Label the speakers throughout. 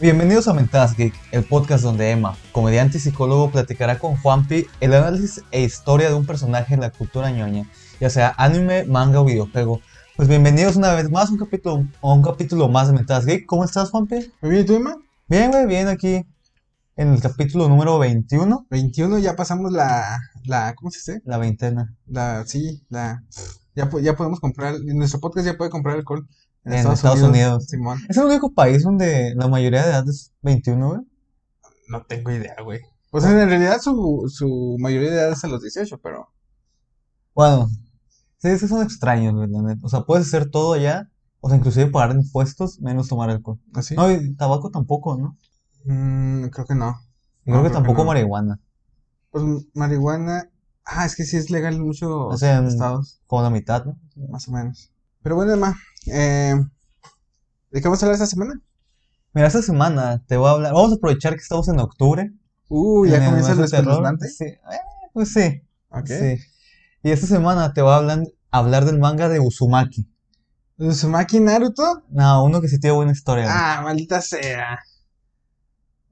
Speaker 1: Bienvenidos a Mentadas Geek, el podcast donde Emma, comediante y psicólogo, platicará con Juanpi el análisis e historia de un personaje en la cultura ñoña, ya sea anime, manga o videojuego. Pues bienvenidos una vez más a un capítulo, a un capítulo más de Mentadas Geek. ¿Cómo estás, Juanpi?
Speaker 2: Muy bien, ¿y tú, Emma?
Speaker 1: Bien, güey, bien aquí en el capítulo número 21,
Speaker 2: 21 ya pasamos la, la, ¿cómo se dice?
Speaker 1: la veintena.
Speaker 2: La, sí, la, ya, po- ya podemos comprar, en nuestro podcast ya puede comprar alcohol
Speaker 1: En Estados Unidos.
Speaker 2: Simón,
Speaker 1: Es el único país donde la mayoría de edad es 21, güey.
Speaker 2: no tengo idea, güey. O sea, Pues, en realidad su, su mayoría de edad es a los 18, pero
Speaker 1: Bueno, sí, es que son extraños, güey, la neta. O sea, puedes hacer todo allá, o sea, inclusive pagar impuestos, menos tomar alcohol.
Speaker 2: así.
Speaker 1: No, y tabaco tampoco, ¿no?
Speaker 2: Mm, creo que no.
Speaker 1: Y
Speaker 2: No,
Speaker 1: creo que
Speaker 2: creo que
Speaker 1: tampoco
Speaker 2: no.
Speaker 1: marihuana.
Speaker 2: Pues marihuana, ah, es que sí es legal en muchos
Speaker 1: O sea, en-
Speaker 2: estados,
Speaker 1: como la mitad, ¿no?
Speaker 2: más o menos. Pero bueno, Emma, eh, ¿de qué vamos a hablar esta semana?
Speaker 1: Mira, esta semana te voy a hablar. Vamos a aprovechar que estamos en octubre.
Speaker 2: Uh, ya
Speaker 1: en el
Speaker 2: comienza
Speaker 1: mes
Speaker 2: el
Speaker 1: del terror.
Speaker 2: espeluznante.
Speaker 1: Sí, eh, pues sí,
Speaker 2: Ok.
Speaker 1: sí. Y esta semana te voy a hablar, hablar del manga de Uzumaki.
Speaker 2: Uzumaki Naruto.
Speaker 1: No, uno que sí tiene buena historia. güey.
Speaker 2: Ah, maldita sea.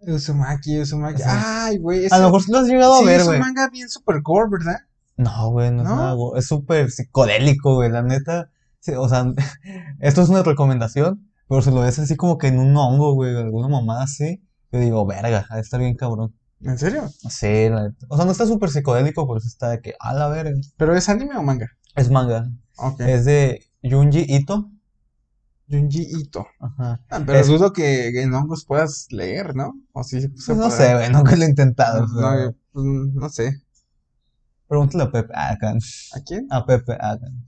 Speaker 2: Uzumaki, Uzumaki.
Speaker 1: Sí.
Speaker 2: Ay, güey.
Speaker 1: a lo mejor sí lo has llegado a ver,
Speaker 2: es un
Speaker 1: güey.
Speaker 2: manga bien super gore, ¿verdad?
Speaker 1: No, güey, no es
Speaker 2: ¿No?
Speaker 1: nada, güey. Es súper psicodélico, güey, la neta. Sí, o sea, esto es una recomendación, pero si lo ves así como que en un hongo, güey, alguna mamada así, yo digo, verga, ha de estar bien cabrón.
Speaker 2: ¿En serio?
Speaker 1: Sí, la neta. O sea, no está súper psicodélico, pero sí está de que, a la verga.
Speaker 2: ¿Pero es anime o manga?
Speaker 1: Es manga.
Speaker 2: Ok.
Speaker 1: Es de Junji Ito.
Speaker 2: Junji Ito.
Speaker 1: Ajá.
Speaker 2: Ah, pero
Speaker 1: Es-
Speaker 2: dudo que en hongos puedas leer, ¿no? O sí, se
Speaker 1: Pues no
Speaker 2: podrá.
Speaker 1: sé, güey, nunca lo he intentado.
Speaker 2: No,
Speaker 1: o sea,
Speaker 2: no, pues, no sé.
Speaker 1: Pregúntale a Pepe Akan.
Speaker 2: ¿A quién?
Speaker 1: A Pepe Akan.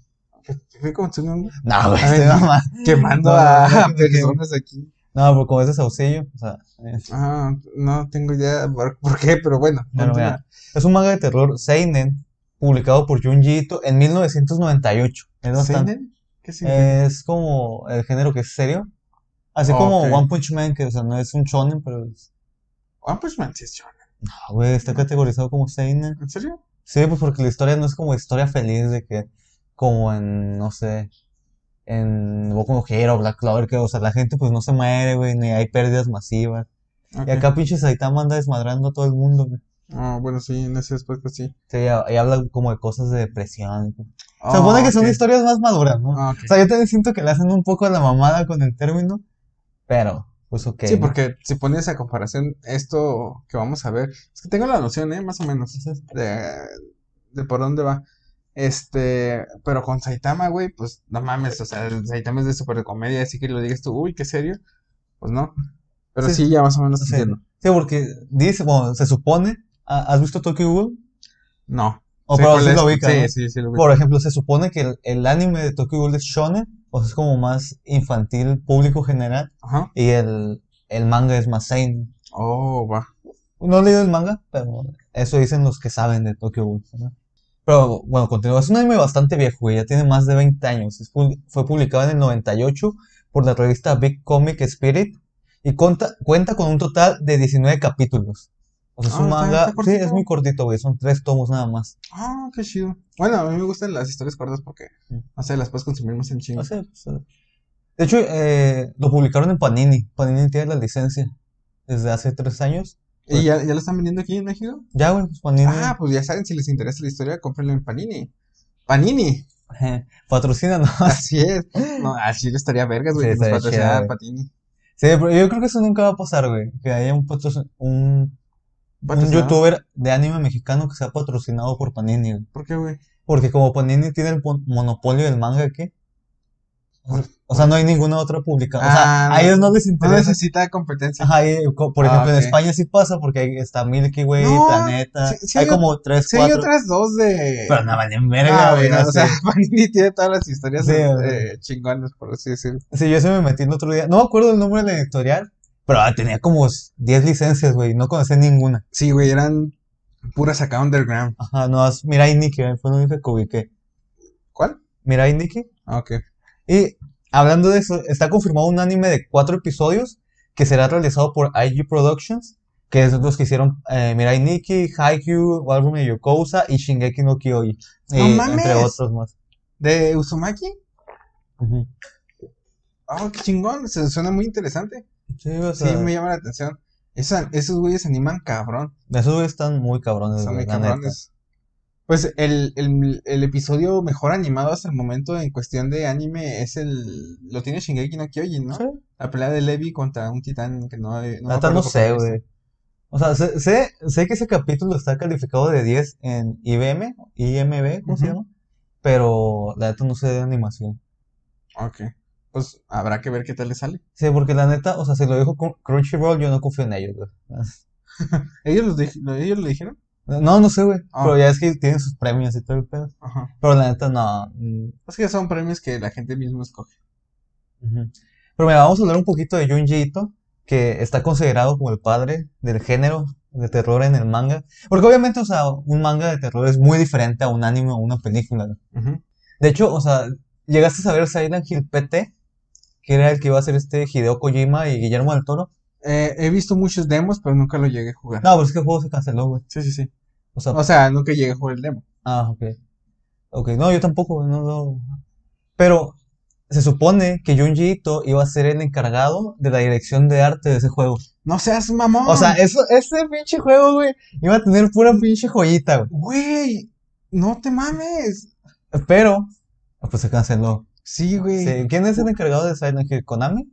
Speaker 2: ¿Qué consume hongo?
Speaker 1: No, güey,
Speaker 2: A ver,
Speaker 1: estoy mamá.
Speaker 2: Quemando
Speaker 1: Mm, No,
Speaker 2: a,
Speaker 1: no, no,
Speaker 2: a
Speaker 1: no,
Speaker 2: personas aquí.
Speaker 1: No, pero como es de Saucillo, o sea, eh,
Speaker 2: Ah, no tengo idea por, por qué, pero bueno.
Speaker 1: Bueno,
Speaker 2: continúa.
Speaker 1: vean. Es un manga de terror seinen publicado por Junji Ito en 1998. Es bastante-
Speaker 2: ¿Seinen? ¿Qué significa?
Speaker 1: Es como el género que es serio. Así
Speaker 2: Ah,
Speaker 1: como
Speaker 2: ok.
Speaker 1: One Punch Man, que o sea, no es un shonen, pero es-
Speaker 2: One Punch Man, sí es shonen.
Speaker 1: Ah, güey, está categorizado como seinen.
Speaker 2: pues, ¿En serio?
Speaker 1: Sí, pues porque la historia no es como historia feliz de que como en, no sé, en Boku no Hero, Black Clover, que o sea, la gente pues no se muere, güey, ni hay pérdidas masivas.
Speaker 2: Ok.
Speaker 1: Y acá pinche Saitama anda desmadrando a todo el mundo, güey.
Speaker 2: Ah, bueno, sí, en ese aspecto sí.
Speaker 1: Sí, y habla como de cosas de depresión. Se supone que son
Speaker 2: Ah, ok.
Speaker 1: historias más maduras, ¿no?
Speaker 2: Ah, ok.
Speaker 1: O sea, yo también siento que le hacen un poco a la mamada con el término, pero, pues ok.
Speaker 2: Sí,
Speaker 1: ¿no?
Speaker 2: porque si pones a comparación esto que vamos a ver, es que tengo la noción, ¿eh? Más o menos,
Speaker 1: Entonces,
Speaker 2: de, de por dónde va. Este, pero con Saitama, güey, pues no mames, o sea, el Saitama es de super comedia, así que lo digas tú, uy, qué serio, pues no. Pero
Speaker 1: Sí,
Speaker 2: sí, ya más o menos
Speaker 1: sí.
Speaker 2: entiendo.
Speaker 1: Sí, porque dice, bueno, se supone, ¿ha- ¿has visto Tokyo Ghoul?
Speaker 2: No.
Speaker 1: O
Speaker 2: Sé
Speaker 1: pero
Speaker 2: cuál
Speaker 1: sí
Speaker 2: es.
Speaker 1: lo ubicas,
Speaker 2: Sí,
Speaker 1: ¿no?
Speaker 2: sí, sí, lo ubico.
Speaker 1: Por ejemplo, se supone que el, el anime de Tokyo Ghoul es shonen, o sea, es como más infantil, público general,
Speaker 2: Ajá.
Speaker 1: y el, el manga es más seinen.
Speaker 2: Oh, va.
Speaker 1: No he leído el manga, pero eso dicen los que saben de Tokyo Ghoul, ¿verdad? Pero bueno, continúa. Es un anime bastante viejo, güey, ya tiene más de 20 años. Es pu- fue publicado en el 98 por la revista Big Comic Spirit y conta, cuenta con un total de 19 capítulos. O sea, es
Speaker 2: Ah,
Speaker 1: un
Speaker 2: está-
Speaker 1: manga.
Speaker 2: está
Speaker 1: Sí, es muy
Speaker 2: cortito.
Speaker 1: cortito, güey, son tres tomos nada más.
Speaker 2: Ah, qué chido. Bueno, a mí me gustan las historias cortas porque,
Speaker 1: Mm.
Speaker 2: no sé, las puedes consumir más en chingo.
Speaker 1: No sé, pues, eh. de hecho, eh, lo publicaron en Panini. Panini tiene la licencia desde hace tres años.
Speaker 2: ¿Y ya, ya lo están vendiendo aquí en México?
Speaker 1: Ya, güey, pues Panini.
Speaker 2: Ah, pues ya saben, si les interesa la historia, cómprenlo en Panini. Panini,
Speaker 1: patrocina, ¿no?
Speaker 2: así es. No, así le estaría vergas, güey,
Speaker 1: Sí,
Speaker 2: que nos
Speaker 1: estaría
Speaker 2: patrocinara
Speaker 1: chido, güey.
Speaker 2: Panini.
Speaker 1: Sí, pero yo creo que eso nunca va a pasar, güey. Que haya un, patrocin- un, un
Speaker 2: Patrocinado.
Speaker 1: youtuber de anime mexicano que sea patrocinado por Panini. güey.
Speaker 2: ¿Por qué, güey?
Speaker 1: Porque como Panini tiene el pon- monopolio del manga aquí, o sea- o sea, no hay ninguna otra publicación. O sea,
Speaker 2: Ah,
Speaker 1: a ellos no les
Speaker 2: No
Speaker 1: interesa.
Speaker 2: necesita competencia.
Speaker 1: Ajá, y co- por
Speaker 2: Ah,
Speaker 1: ejemplo, en
Speaker 2: ok.
Speaker 1: España sí pasa porque ahí está Milky Way,
Speaker 2: No,
Speaker 1: Planeta.
Speaker 2: sí- sí
Speaker 1: hay
Speaker 2: hay
Speaker 1: como tres,
Speaker 2: Sí, hay
Speaker 1: cuatro.
Speaker 2: otras dos de.
Speaker 1: Pero no valen
Speaker 2: Ah,
Speaker 1: verga,
Speaker 2: güey,
Speaker 1: güey.
Speaker 2: no,
Speaker 1: no
Speaker 2: o
Speaker 1: sé.
Speaker 2: sea, Panini tiene todas las historias
Speaker 1: Sí,
Speaker 2: eh,
Speaker 1: o sea.
Speaker 2: eh, chingonas, por así decirlo.
Speaker 1: Sí, yo se me metí el otro día. No me acuerdo el nombre de la editorial, pero ah, tenía como 10 licencias, güey. y No conocía ninguna.
Speaker 2: Sí, güey, eran puras acá underground.
Speaker 1: Ajá, no, es Mirai Nikki, eh, fue lo único que ubiqué.
Speaker 2: ¿Cuál?
Speaker 1: Mirai Nikki.
Speaker 2: Ah, ok.
Speaker 1: Y hablando de eso, está confirmado un anime de cuatro episodios que será realizado por IG Productions, que es los que hicieron eh, Mirai Nikki, Haikyuu, Walgum y Yokousa y Shingeki no Kyoji.
Speaker 2: ¡No
Speaker 1: y entre
Speaker 2: mames!
Speaker 1: otros más.
Speaker 2: ¿De Uzumaki? ah,
Speaker 1: Ujú.
Speaker 2: Oh, qué chingón, se suena muy interesante.
Speaker 1: Sí, o
Speaker 2: Sí,
Speaker 1: sea,
Speaker 2: me llama la atención. Esa- esos güeyes se animan cabrón.
Speaker 1: esos güeyes están muy cabrones,
Speaker 2: Son
Speaker 1: güey,
Speaker 2: muy
Speaker 1: la neta.
Speaker 2: cabrones. Pues el, el- el episodio mejor animado hasta el momento en cuestión de anime es el... Lo tiene Shingeki no Kyojin, ¿no?
Speaker 1: Sí.
Speaker 2: La pelea de Levi contra un titán que no... he- No, me
Speaker 1: La neta
Speaker 2: acuerdo
Speaker 1: no
Speaker 2: qué
Speaker 1: sé,
Speaker 2: protagonista.
Speaker 1: güey. O sea, sé, sé, sé que ese capítulo está calificado de 10 en IBM, IMB, ¿cómo se
Speaker 2: Ujú.
Speaker 1: llama? Pero la neta no sé de animación.
Speaker 2: Ok. Pues habrá que ver qué tal le sale.
Speaker 1: Sí, porque la neta, o sea, si lo dijo Cr- Crunchyroll, yo no confío en ellos, güey.
Speaker 2: ¿Ellos, los dij- lo- ¿Ellos lo dijeron?
Speaker 1: No, no sé, güey.
Speaker 2: Ah.
Speaker 1: Pero ya es que tienen sus premios y todo el pedo.
Speaker 2: Ajá.
Speaker 1: Pero la neta, no. mm,
Speaker 2: Es que son premios que la gente misma escoge.
Speaker 1: ujú. Pero mira, vamos a hablar un poquito de Junji Ito, que está considerado como el padre del género de terror en el manga. Porque obviamente, o sea, un manga de terror es muy diferente a un anime o una película. ¿no? De hecho, o sea, llegaste a saber Silent Hill PT, que era el que iba a ser este Hideo Kojima y Guillermo del Toro.
Speaker 2: Eh, he visto muchos demos, pero nunca lo llegué a jugar.
Speaker 1: No, pero es que el juego se canceló, güey.
Speaker 2: Sí, sí, sí.
Speaker 1: O sea,
Speaker 2: O sea, nunca llegué a jugar el demo.
Speaker 1: Ah, ok. Ok, no, yo tampoco, güey, no, no. Pero se supone que Junji Ito iba a ser el encargado de la dirección de arte de ese juego.
Speaker 2: No seas mamón.
Speaker 1: O sea, eh, eso, ese pinche juego, güey, iba a tener pura pinche joyita, güey.
Speaker 2: güey, no te mames.
Speaker 1: Pero, pues se canceló.
Speaker 2: Sí, güey.
Speaker 1: Sí, ¿Quién es el encargado de Silent Hill? ¿Konami?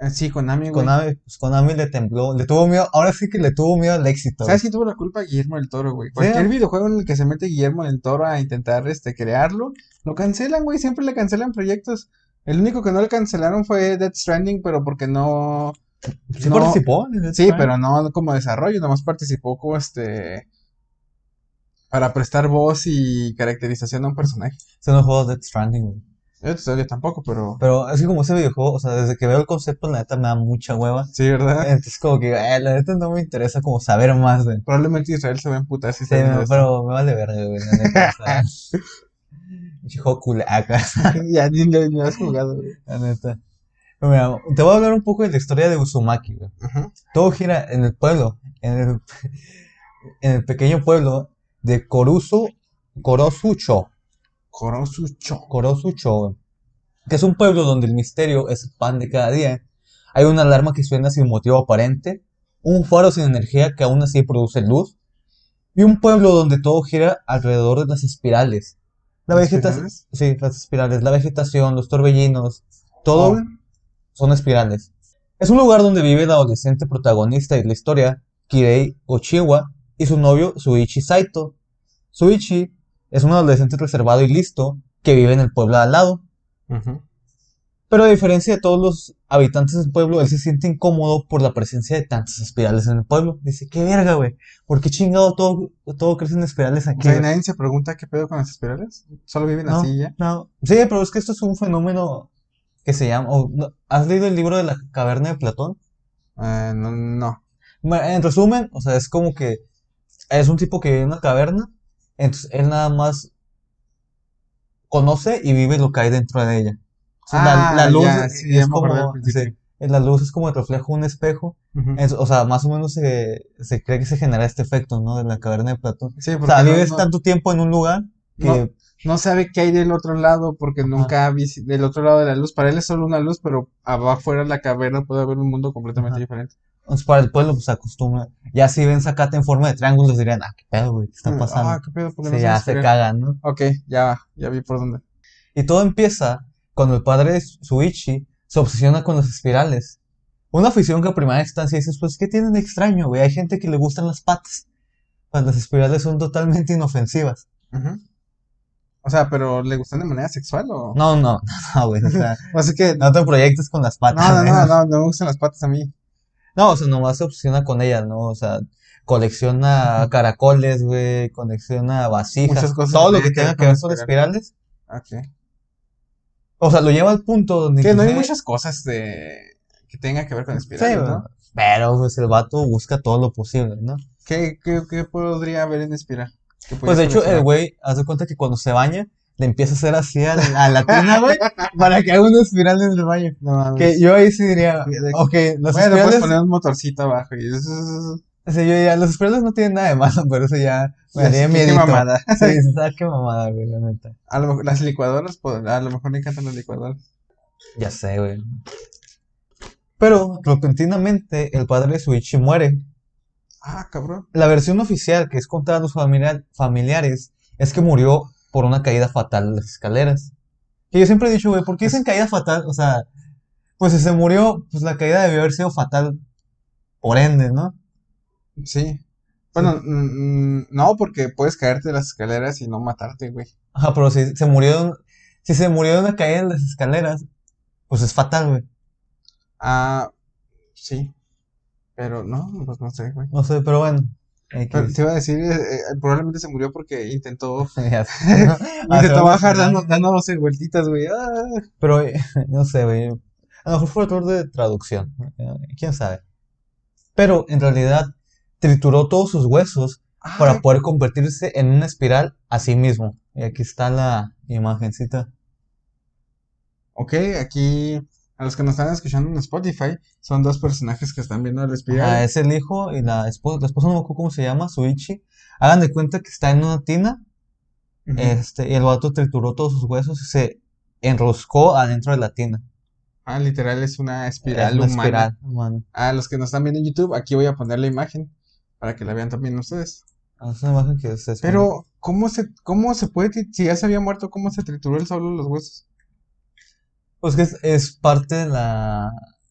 Speaker 2: Eh, Sí, Konami, güey.
Speaker 1: Konami, pues Konami le tembló, le tuvo miedo, ahora sí que le tuvo miedo al éxito. güey.
Speaker 2: ¿Sabes quién tuvo la culpa? Guillermo del Toro, güey. Cualquier videojuego en el que se mete Guillermo del Toro a intentar este, crearlo, lo cancelan, güey. Siempre le cancelan proyectos. El único que no le cancelaron fue Death Stranding, pero porque no.
Speaker 1: Sí
Speaker 2: no-
Speaker 1: participó. en el
Speaker 2: Sí,
Speaker 1: Smash?
Speaker 2: pero no como desarrollo, nomás participó como este. Para prestar voz y caracterización a un personaje.
Speaker 1: Son los juegos de Death Stranding, güey.
Speaker 2: Yo te yo tampoco, pero.
Speaker 1: Pero es que como ese videojuego, o sea, desde que veo el concepto, la neta me da mucha hueva.
Speaker 2: Sí, ¿verdad?
Speaker 1: Entonces, como que, eh, la neta no me interesa como saber más, güey.
Speaker 2: Probablemente Israel se va a emputar si
Speaker 1: Sí,
Speaker 2: está viendo
Speaker 1: no,
Speaker 2: esto.
Speaker 1: pero me vale verga, güey, la neta. o sea, pinche juego culaca,
Speaker 2: ya ni lo, ni lo has jugado, güey.
Speaker 1: la neta. Pero mira, te voy a hablar un poco de la historia de Uzumaki, güey.
Speaker 2: Ajá.
Speaker 1: Todo gira en el pueblo, en el, en el pequeño pueblo de Korusu, Korosucho,
Speaker 2: Korosucho.
Speaker 1: Korosucho, güey, que es un pueblo donde el misterio es el pan de cada día. Hay una alarma que suena sin motivo aparente, un faro sin energía que aún así produce luz, y un pueblo donde todo gira alrededor de las espirales. La
Speaker 2: ¿Las
Speaker 1: vegetación.
Speaker 2: espirales?
Speaker 1: Sí, las espirales. La vegetación, los torbellinos, todo
Speaker 2: Oh.
Speaker 1: son espirales. Es un lugar donde vive el adolescente protagonista de la historia, Kirei Ochiwa, y su novio Suichi Saito. Suichi es un adolescente reservado y listo que vive en el pueblo de al lado.
Speaker 2: Ujú.
Speaker 1: Pero a diferencia de todos los habitantes del pueblo, él se siente incómodo por la presencia de tantas espirales en el pueblo. Dice, qué verga, güey. ¿Por qué chingado todo, todo crece en espirales
Speaker 2: O
Speaker 1: aquí?
Speaker 2: sea, ¿y
Speaker 1: güey?"
Speaker 2: nadie se pregunta qué pedo con las espirales. Solo viven
Speaker 1: No.
Speaker 2: así y ya.
Speaker 1: No, sí, pero es que esto es un fenómeno que se llama... o, no, ¿Has leído el libro de la caverna de Platón?
Speaker 2: Eh, no, no.
Speaker 1: Bueno, En resumen, o sea, es como que es un tipo que vive en una caverna, entonces él nada más conoce y vive lo que hay dentro de ella. O sea, la,
Speaker 2: Ah,
Speaker 1: la luz
Speaker 2: ya,
Speaker 1: es,
Speaker 2: sí, ya
Speaker 1: es
Speaker 2: me acordé del
Speaker 1: como,
Speaker 2: principio.
Speaker 1: sí, la luz es como el reflejo de un espejo,
Speaker 2: Ujú.
Speaker 1: Es- o sea, más o menos se, se cree que se genera este efecto, ¿no? De la caverna de Platón.
Speaker 2: Sí,
Speaker 1: O
Speaker 2: porque
Speaker 1: sea,
Speaker 2: no-
Speaker 1: vives
Speaker 2: no,
Speaker 1: tanto tiempo en un lugar que,
Speaker 2: no sabe qué hay del otro lado porque nunca ha visi- del otro lado de la luz. Para él es solo una luz, pero abajo fuera de la caverna puede haber un mundo completamente
Speaker 1: Ajá.
Speaker 2: diferente.
Speaker 1: pues, para el pueblo, pues se acostumbra. Ya si ven Zacate en forma de triángulos, dirían, ah, qué pedo, güey, ¿qué está pasando?
Speaker 2: Ah, qué pedo, ¿por qué
Speaker 1: Sí,
Speaker 2: no
Speaker 1: ya
Speaker 2: sabes
Speaker 1: se
Speaker 2: espiral?
Speaker 1: cagan, ¿no?
Speaker 2: Ok, ya, ya vi por dónde.
Speaker 1: Y todo empieza cuando el padre de Suichi se obsesiona con las espirales. Una afición que a primera instancia dices, pues, ¿qué tienen de extraño, güey? Hay gente que le gustan las patas. Pues las espirales son totalmente inofensivas.
Speaker 2: Ujú. O sea, pero ¿le gustan de manera sexual o...?
Speaker 1: No, no, no, no, güey. O sea,
Speaker 2: O sea que...
Speaker 1: no te proyectes con las patas,
Speaker 2: No, no,
Speaker 1: güey.
Speaker 2: no, no, no me gustan las patas a mí.
Speaker 1: No, o sea, nomás se obsesiona con ellas, ¿no? O sea, colecciona caracoles, güey, colecciona vasijas,
Speaker 2: Muchas cosas
Speaker 1: todo
Speaker 2: que
Speaker 1: lo que
Speaker 2: tienen
Speaker 1: tenga que ver con espirales.
Speaker 2: Ok.
Speaker 1: O sea, lo lleva al punto donde...
Speaker 2: Que no hay
Speaker 1: inclusive-
Speaker 2: muchas cosas de... que tengan que ver con
Speaker 1: Sí,
Speaker 2: espirales,
Speaker 1: güey,
Speaker 2: ¿no?
Speaker 1: pero pues el vato busca todo lo posible, ¿no?
Speaker 2: ¿Qué, qué, qué podría haber en espiral? ¿Qué
Speaker 1: Pues de
Speaker 2: podrías
Speaker 1: hecho, el
Speaker 2: coleccionar?
Speaker 1: güey, haz de cuenta que cuando se baña, le empieza a hacer así a la, a la tina, güey, para que haga una espiral en el baño.
Speaker 2: No mames.
Speaker 1: Que yo ahí sí diría,
Speaker 2: Mira,
Speaker 1: ok, las
Speaker 2: Bueno, puedes
Speaker 1: espirales,
Speaker 2: poner un motorcito abajo y... y
Speaker 1: o sea, yo diría, las espirales no tienen nada de malo, pero eso ya me
Speaker 2: así,
Speaker 1: daría
Speaker 2: qué
Speaker 1: miedito.
Speaker 2: mamada.
Speaker 1: Sí, dices, ah, qué mamada, güey, la neta.
Speaker 2: A lo mejor las pues, licuadoras, pod- a lo mejor le encantan las licuadoras.
Speaker 1: Ya sé, güey. Pero repentinamente el padre de Suichi muere.
Speaker 2: Ah, cabrón.
Speaker 1: La versión oficial que es contada a los familia- familiares es que murió por una caída fatal de las escaleras. Que yo siempre he dicho, güey, ¿por qué dicen caída fatal? O sea, pues si se murió, pues la caída debió haber sido fatal por ende, ¿no?
Speaker 2: Sí. Bueno, mm, mm, no, porque puedes caerte de las escaleras y no matarte, güey.
Speaker 1: Ajá, pero si se murió de un- si se murió de una caída en las escaleras, pues es fatal, güey.
Speaker 2: Ah, sí. Pero no, pues no sé, güey.
Speaker 1: No sé, pero bueno. X.
Speaker 2: Pero te iba a decir, eh, eh, probablemente se murió porque intentó,
Speaker 1: Ya sé, ¿no?
Speaker 2: intentó
Speaker 1: Hacer-
Speaker 2: bajar dando, dándose vueltitas, güey. Ah.
Speaker 1: Pero eh, no sé, güey. A lo mejor fue error de traducción. eh, ¿Quién sabe? Pero en realidad trituró todos sus huesos para
Speaker 2: Ah,
Speaker 1: poder convertirse en una espiral a sí mismo. Y aquí está la imagencita.
Speaker 2: Ok, aquí a los que nos están escuchando en Spotify, son dos personajes que están viendo el espiral.
Speaker 1: Ajá, Ah, es el hijo y la esposa. La esposa no me acuerdo cómo se llama, Suichi. Hagan de cuenta que está en una tina.
Speaker 2: Ujú.
Speaker 1: Este, y el vato trituró todos sus huesos y se enroscó adentro de la tina.
Speaker 2: Ah, literal es una espiral
Speaker 1: Es una
Speaker 2: humana.
Speaker 1: espiral humana.
Speaker 2: A los que nos están viendo en YouTube, aquí voy a poner la imagen para que la vean también ustedes.
Speaker 1: Ah, Es una imagen que se
Speaker 2: Pero, ¿cómo se, cómo se puede, tri- si ya se había muerto, cómo se trituró el solo los huesos?
Speaker 1: Pues que es, es parte de la,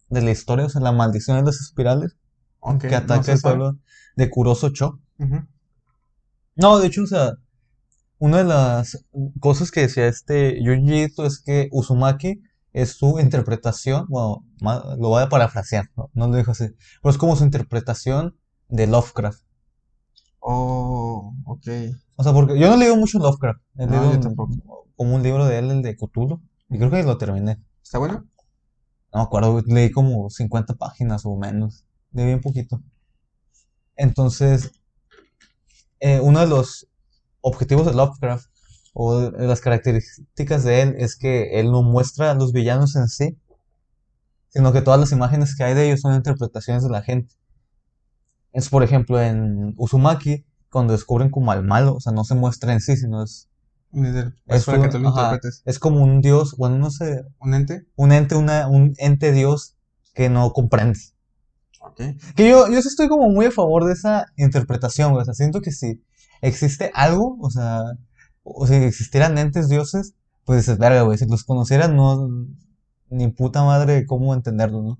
Speaker 1: de la historia, o sea, la maldición de las espirales
Speaker 2: Aunque
Speaker 1: que
Speaker 2: no
Speaker 1: ataca
Speaker 2: se
Speaker 1: el
Speaker 2: sabe.
Speaker 1: pueblo de Kuroso Cho.
Speaker 2: Ujú.
Speaker 1: No, de hecho, o sea, una de las cosas que decía este Yuji Ito es que Uzumaki es su interpretación, bueno, ma- lo voy a parafrasear, no, no lo dijo así, pero es como su interpretación de Lovecraft.
Speaker 2: Oh, ok.
Speaker 1: O sea, porque yo no leo mucho Lovecraft, he
Speaker 2: No,
Speaker 1: leído
Speaker 2: Ah, yo
Speaker 1: un-
Speaker 2: tampoco.
Speaker 1: como un libro de él, el de Cthulhu, y creo que lo terminé.
Speaker 2: ¿Está bueno?
Speaker 1: No me acuerdo, güey, leí como 50 páginas o menos, leí bien poquito. Entonces, eh, uno de los objetivos de Lovecraft o de las características de él es que él no muestra a los villanos en sí, sino que todas las imágenes que hay de ellos son interpretaciones de la gente. Es, por ejemplo, en Uzumaki, cuando descubren como al malo, o sea, no se muestra en sí, sino es,
Speaker 2: Desde- Es para
Speaker 1: un-
Speaker 2: que tú lo
Speaker 1: ajá,
Speaker 2: interpretes.
Speaker 1: es como un dios, bueno, no sé,
Speaker 2: ¿Un ente?
Speaker 1: un ente, una, un ente dios que no comprende.
Speaker 2: Ok.
Speaker 1: Que yo, yo sí estoy como muy a favor de esa interpretación, güey. O sea, siento que si existe algo, o sea, o si existieran entes dioses, pues dices, verga, güey, si los conocieran, no, ni puta madre, cómo entenderlos, ¿no?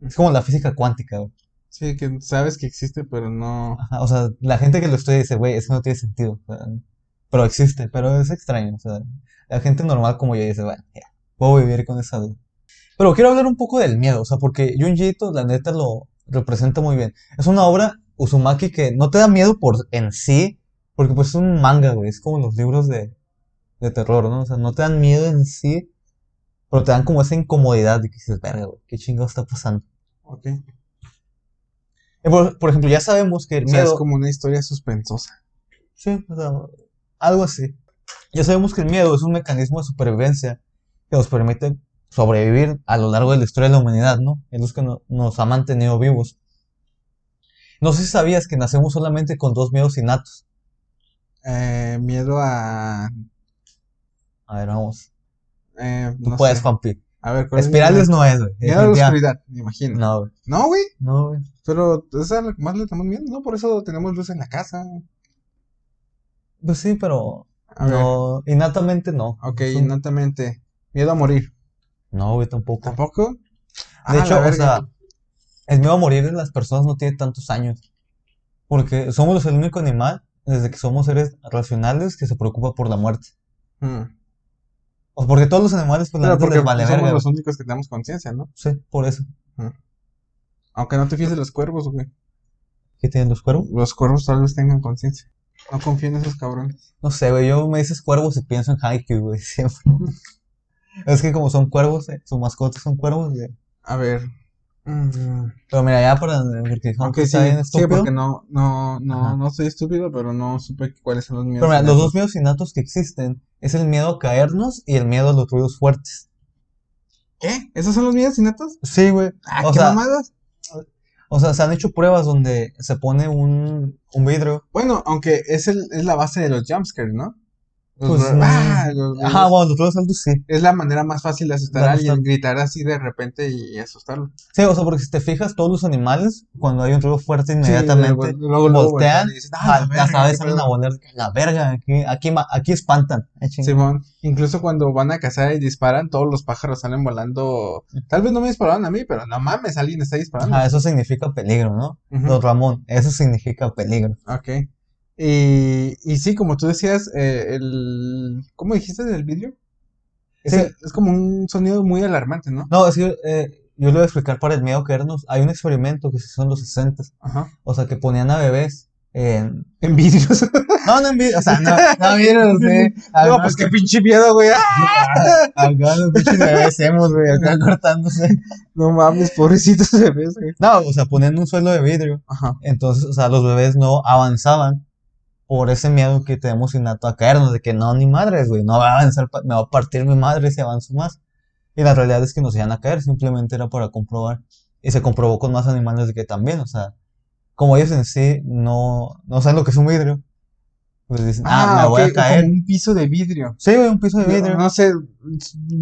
Speaker 1: Es como la física cuántica, güey.
Speaker 2: Sí, que sabes que existe, pero no.
Speaker 1: Ajá, o sea, la gente que lo estudia dice, güey, eso no tiene sentido. o sea, pero existe, pero es extraño. O sea, la gente normal como yo dice, bueno, ya, puedo vivir con esa duda. Pero quiero hablar un poco del miedo, o sea, porque Junji Ito, la neta, lo representa muy bien. Es una obra, Uzumaki, que no te da miedo por en sí, porque pues es un manga, güey, es como los libros de, de terror, ¿no? O sea, no te dan miedo en sí, pero te dan como esa incomodidad de que dices, verga, güey, qué chingado está pasando.
Speaker 2: Ok.
Speaker 1: Y por, por ejemplo, ya sabemos que el
Speaker 2: O sea,
Speaker 1: miedo...
Speaker 2: es como una historia suspensosa.
Speaker 1: Sí, o sea, algo así. Ya sabemos que el miedo es un mecanismo de supervivencia que nos permite sobrevivir a lo largo de la historia de la humanidad, ¿no? Es lo que no- nos ha mantenido vivos. No sé si sabías que nacemos solamente con dos miedos innatos.
Speaker 2: Eh, miedo a.
Speaker 1: A ver, vamos.
Speaker 2: Eh,
Speaker 1: Tú
Speaker 2: no
Speaker 1: puedes,
Speaker 2: sé.
Speaker 1: Fampi.
Speaker 2: A ver, ¿cuál es mi
Speaker 1: Espirales
Speaker 2: miedo?
Speaker 1: no es, güey.
Speaker 2: Miedo a la
Speaker 1: Definitiva-
Speaker 2: oscuridad, me imagino.
Speaker 1: No, güey.
Speaker 2: No, güey.
Speaker 1: No, güey.
Speaker 2: Pero esa es la que más le tenemos miedo, ¿no? Por eso tenemos luz en la casa.
Speaker 1: Pues sí, pero
Speaker 2: A ver.
Speaker 1: no, innatamente no.
Speaker 2: Ok,
Speaker 1: Es un-
Speaker 2: innatamente. Miedo a morir.
Speaker 1: No, güey, tampoco.
Speaker 2: ¿Tampoco?
Speaker 1: De
Speaker 2: Ah, la
Speaker 1: hecho, o
Speaker 2: verga.
Speaker 1: sea, el miedo a morir de las personas no tiene tantos años. Porque somos el único animal, desde que somos seres racionales, que se preocupa por la muerte.
Speaker 2: Mm.
Speaker 1: O porque todos los animales, pues la
Speaker 2: Pero
Speaker 1: neta
Speaker 2: porque
Speaker 1: les vale
Speaker 2: somos
Speaker 1: verga.
Speaker 2: los
Speaker 1: güey.
Speaker 2: únicos que tenemos conciencia, ¿no?
Speaker 1: Sí, por eso.
Speaker 2: Aunque no te fíes de los cuervos, güey.
Speaker 1: ¿Qué tienen los cuervos?
Speaker 2: Los cuervos tal vez tengan conciencia. No confío en esos cabrones.
Speaker 1: No sé, güey. Yo me dices cuervos y pienso en Haikyuu, güey, siempre. Es que como son cuervos, eh, sus mascotas son cuervos, güey.
Speaker 2: A ver. Mm.
Speaker 1: Pero mira, ya para. Porque dijeron
Speaker 2: Ok,
Speaker 1: que
Speaker 2: sí,
Speaker 1: está bien
Speaker 2: sí,
Speaker 1: estúpido.
Speaker 2: porque no, no,
Speaker 1: Ajá.
Speaker 2: no, no soy estúpido, pero no supe cuáles son los miedos.
Speaker 1: Pero mira, los
Speaker 2: innatos.
Speaker 1: dos miedos innatos que existen es el miedo a caernos y el miedo a los ruidos fuertes.
Speaker 2: ¿Qué? ¿Esos son los miedos innatos?
Speaker 1: Sí, güey.
Speaker 2: Ah,
Speaker 1: O
Speaker 2: qué
Speaker 1: sea,
Speaker 2: mamadas.
Speaker 1: O sea, se han hecho pruebas donde se pone un, un vidrio.
Speaker 2: Bueno, aunque es, el, es la base de los jumpscares, ¿no? Los
Speaker 1: Pues,
Speaker 2: bra-
Speaker 1: mm.
Speaker 2: ¡Ah! Los- los-
Speaker 1: Ajá, bueno, los Bravos Altos sí.
Speaker 2: Es la manera más fácil de asustar
Speaker 1: De
Speaker 2: a alguien,
Speaker 1: asustar.
Speaker 2: gritar así de repente y asustarlo.
Speaker 1: Sí, o sea, porque si te fijas, todos los animales, cuando hay un ruido fuerte
Speaker 2: Sí,
Speaker 1: inmediatamente,
Speaker 2: luego- luego-
Speaker 1: voltean,
Speaker 2: luego voltean y dicen, "Ah,
Speaker 1: a-
Speaker 2: la
Speaker 1: las
Speaker 2: verga,
Speaker 1: aves
Speaker 2: qué
Speaker 1: salen
Speaker 2: pedo".
Speaker 1: a volar, la verga, aquí, aquí, ma- aquí espantan. Ah, chinga.
Speaker 2: Simón, incluso cuando van a cazar y disparan, todos los pájaros salen volando. Tal vez no me dispararon a mí, pero no mames, alguien está disparando.
Speaker 1: Ajá, eso significa peligro, ¿no?
Speaker 2: Ujú.
Speaker 1: Don Ramón, eso significa peligro.
Speaker 2: Ok. Y, y sí, como tú decías, eh, el... ¿Cómo dijiste del vidrio? Es,
Speaker 1: Sí.
Speaker 2: el- es como un sonido muy alarmante, ¿no?
Speaker 1: No, es que eh, yo le voy a explicar para el miedo que éramos. Hay un experimento que se hizo en los 60,
Speaker 2: Ajá.
Speaker 1: o sea, que ponían a bebés en...
Speaker 2: En vidrios.
Speaker 1: No, no en vidrio, o sea, no, no vidrio, sí. Ah,
Speaker 2: no,
Speaker 1: no,
Speaker 2: pues
Speaker 1: que-
Speaker 2: qué pinche miedo, güey. ¡Ah!
Speaker 1: Acá los pinches bebés hemos, güey, acá cortándose.
Speaker 2: No mames, pobrecitos bebés, güey.
Speaker 1: No, o sea, ponían un suelo de vidrio.
Speaker 2: Ajá.
Speaker 1: Entonces, o sea, los bebés no avanzaban por ese miedo que tenemos innato a caernos, de que no, ni madres, güey, no va a avanzar, pa- me va a partir mi madre si avanzo más. Y la realidad es que no se iban a caer, simplemente era para comprobar. Y se comprobó con más animales de que también, o sea, como ellos en sí no, no saben lo que es un vidrio, pues dicen, ah, me voy
Speaker 2: ok,
Speaker 1: a caer.
Speaker 2: Como un piso de vidrio.
Speaker 1: Sí, güey, un piso de vidrio.
Speaker 2: No, no sé,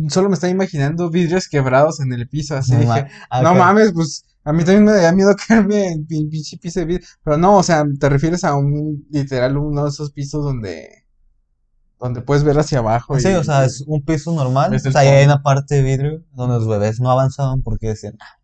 Speaker 2: solo me estaba imaginando vidrios quebrados en el piso, así
Speaker 1: No
Speaker 2: dije,
Speaker 1: ma-
Speaker 2: No
Speaker 1: acá-
Speaker 2: mames, pues a mí también me da miedo caerme en pin- pinche piso de vidrio. Pero no, o sea, te refieres a un literal uno de esos pisos donde donde puedes ver hacia abajo.
Speaker 1: Sí,
Speaker 2: y-
Speaker 1: o sea, es un piso normal. O
Speaker 2: Pues, Es el
Speaker 1: sea, ahí hay
Speaker 2: fondo.
Speaker 1: una parte de vidrio donde los bebés no avanzaban porque decían, ah,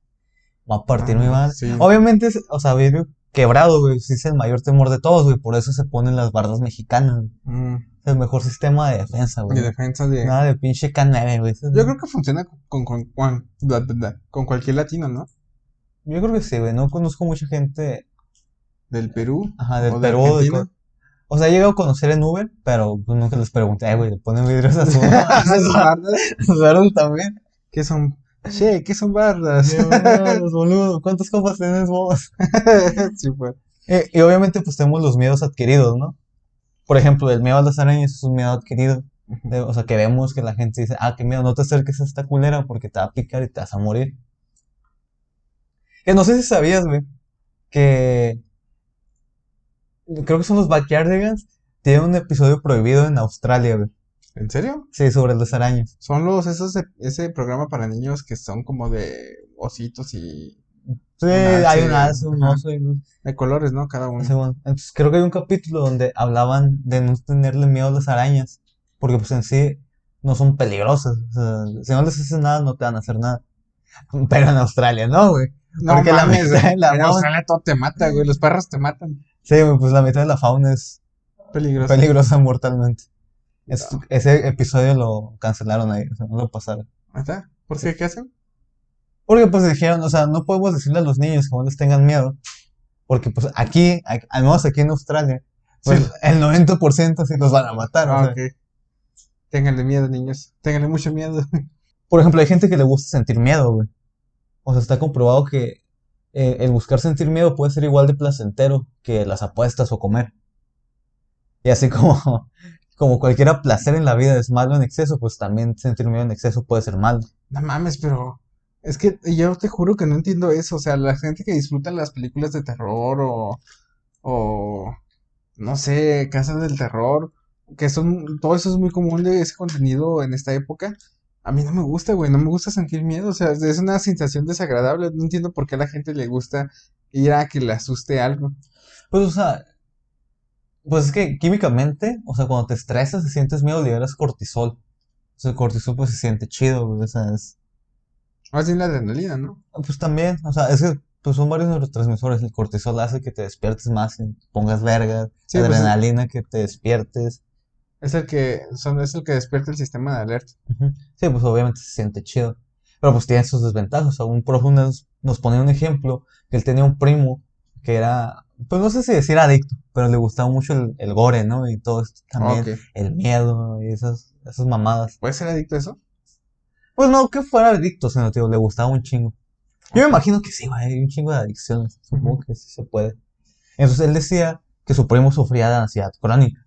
Speaker 1: va a partir mi
Speaker 2: Ah,
Speaker 1: madre.
Speaker 2: sí.
Speaker 1: Obviamente, es- o sea, vidrio quebrado, güey, sí es el mayor temor de todos, güey. Por eso se ponen las bardas mexicanas. güey.
Speaker 2: Mm,
Speaker 1: Es el mejor sistema de defensa, güey.
Speaker 2: de defensa de.
Speaker 1: Nada de pinche caneve, güey. Eso es-
Speaker 2: Yo creo que funciona con, con, con- bla, bla, bla, con cualquier latino, ¿no?
Speaker 1: yo creo que sí, güey. No conozco mucha gente,
Speaker 2: Del Perú.
Speaker 1: ajá, del
Speaker 2: o de
Speaker 1: Perú. de
Speaker 2: Argentina.
Speaker 1: co- o sea, he llegado a conocer en Uber, pero pues, nunca les pregunté, "Eh, güey, ¿le ponen vidrios a su a
Speaker 2: Esas
Speaker 1: sus bar-
Speaker 2: bardas.
Speaker 1: a sus bardas también?
Speaker 2: ¿Qué son? Che, ¿qué son bardas?
Speaker 1: Yo, "Vámonos, "Ah, pues, boludo, ¿cuántas copas tenés vos?
Speaker 2: Sí, pues.
Speaker 1: Eh, Y, obviamente pues tenemos los miedos adquiridos, ¿no? Por ejemplo, el miedo a las arañas es un miedo adquirido. De- o sea, que vemos que la gente dice, ah, qué miedo, no te acerques a esta culera porque te va a picar y te vas a morir. Que no sé si sabías, güey, que creo que son los Backyardigans, tienen un episodio prohibido en Australia, güey.
Speaker 2: ¿En serio?
Speaker 1: Sí, sobre las arañas.
Speaker 2: Son los, esos, ese programa para niños que son como de ositos y
Speaker 1: Sí,
Speaker 2: Un
Speaker 1: hay un
Speaker 2: alce,
Speaker 1: alce, un
Speaker 2: ajá.
Speaker 1: oso y un-
Speaker 2: de colores, ¿no? Cada uno.
Speaker 1: Sí, bueno. Entonces creo que hay un capítulo donde hablaban de no tenerle miedo a las arañas, porque pues en sí no son peligrosas. o sea, si no les haces nada, no te van a hacer nada. Pero en Australia, ¿no, güey?
Speaker 2: No
Speaker 1: Porque la
Speaker 2: mames,
Speaker 1: mitad de la
Speaker 2: en
Speaker 1: fauna-
Speaker 2: Australia todo te mata, güey. Los perros te matan.
Speaker 1: Sí, güey, pues la mitad de la fauna es
Speaker 2: Peligroso.
Speaker 1: peligrosa mortalmente. Es-
Speaker 2: No.
Speaker 1: Ese episodio lo cancelaron ahí, o sea, no lo pasaron.
Speaker 2: ¿Neta? ¿Por qué? ¿Qué hacen?
Speaker 1: Porque pues dijeron, o sea, no podemos decirle a los niños que no les tengan miedo, porque pues aquí, a- al menos aquí en Australia, pues
Speaker 2: Sí.
Speaker 1: el 90% sí los van a matar. o
Speaker 2: Ah,
Speaker 1: sea.
Speaker 2: ok. Ténganle miedo, niños. Ténganle mucho miedo.
Speaker 1: Por ejemplo, hay gente que le gusta sentir miedo, güey. O sea, está comprobado que eh, el buscar sentir miedo puede ser igual de placentero que las apuestas o comer. Y así como, como cualquier placer en la vida es malo en exceso, pues también sentir miedo en exceso puede ser malo.
Speaker 2: No mames, pero. Es que yo te juro que no entiendo eso. O sea, la gente que disfruta las películas de terror o. O. No sé, casas del terror. Que son. Todo eso es muy común de ese contenido en esta época. A mí no me gusta, güey. No me gusta sentir miedo. O sea, es una sensación desagradable. No entiendo por qué a la gente le gusta ir a que le asuste algo.
Speaker 1: Pues, o sea, pues es que químicamente, o sea, cuando te estresas y sientes miedo, liberas cortisol. O sea, el cortisol pues se siente chido, güey. O sea, es,
Speaker 2: Más bien la adrenalina, ¿no?
Speaker 1: Ah, Pues también, o sea, es que pues son varios neurotransmisores. El cortisol hace que te despiertes más, y pongas vergas,
Speaker 2: Sí, pues,
Speaker 1: adrenalina que te despiertes.
Speaker 2: Es el que, son, es el que despierta el sistema de alerta.
Speaker 1: Ujú. Sí, pues obviamente se siente chido. Pero pues tiene sus desventajas. O sea, un profe nos, nos ponía un ejemplo que él tenía un primo que era, pues no sé si decir adicto, pero le gustaba mucho el, el gore, ¿no? Y todo esto también,
Speaker 2: Ok.
Speaker 1: el miedo y esas, esas mamadas.
Speaker 2: ¿Puede ser adicto a eso?
Speaker 1: Pues no que fuera adicto, sino tío, le gustaba un chingo. Yo me imagino que sí, güey, hay un chingo de adicciones. Supongo
Speaker 2: Ujú.
Speaker 1: que sí se puede. Entonces él decía que su primo sufría de ansiedad crónica.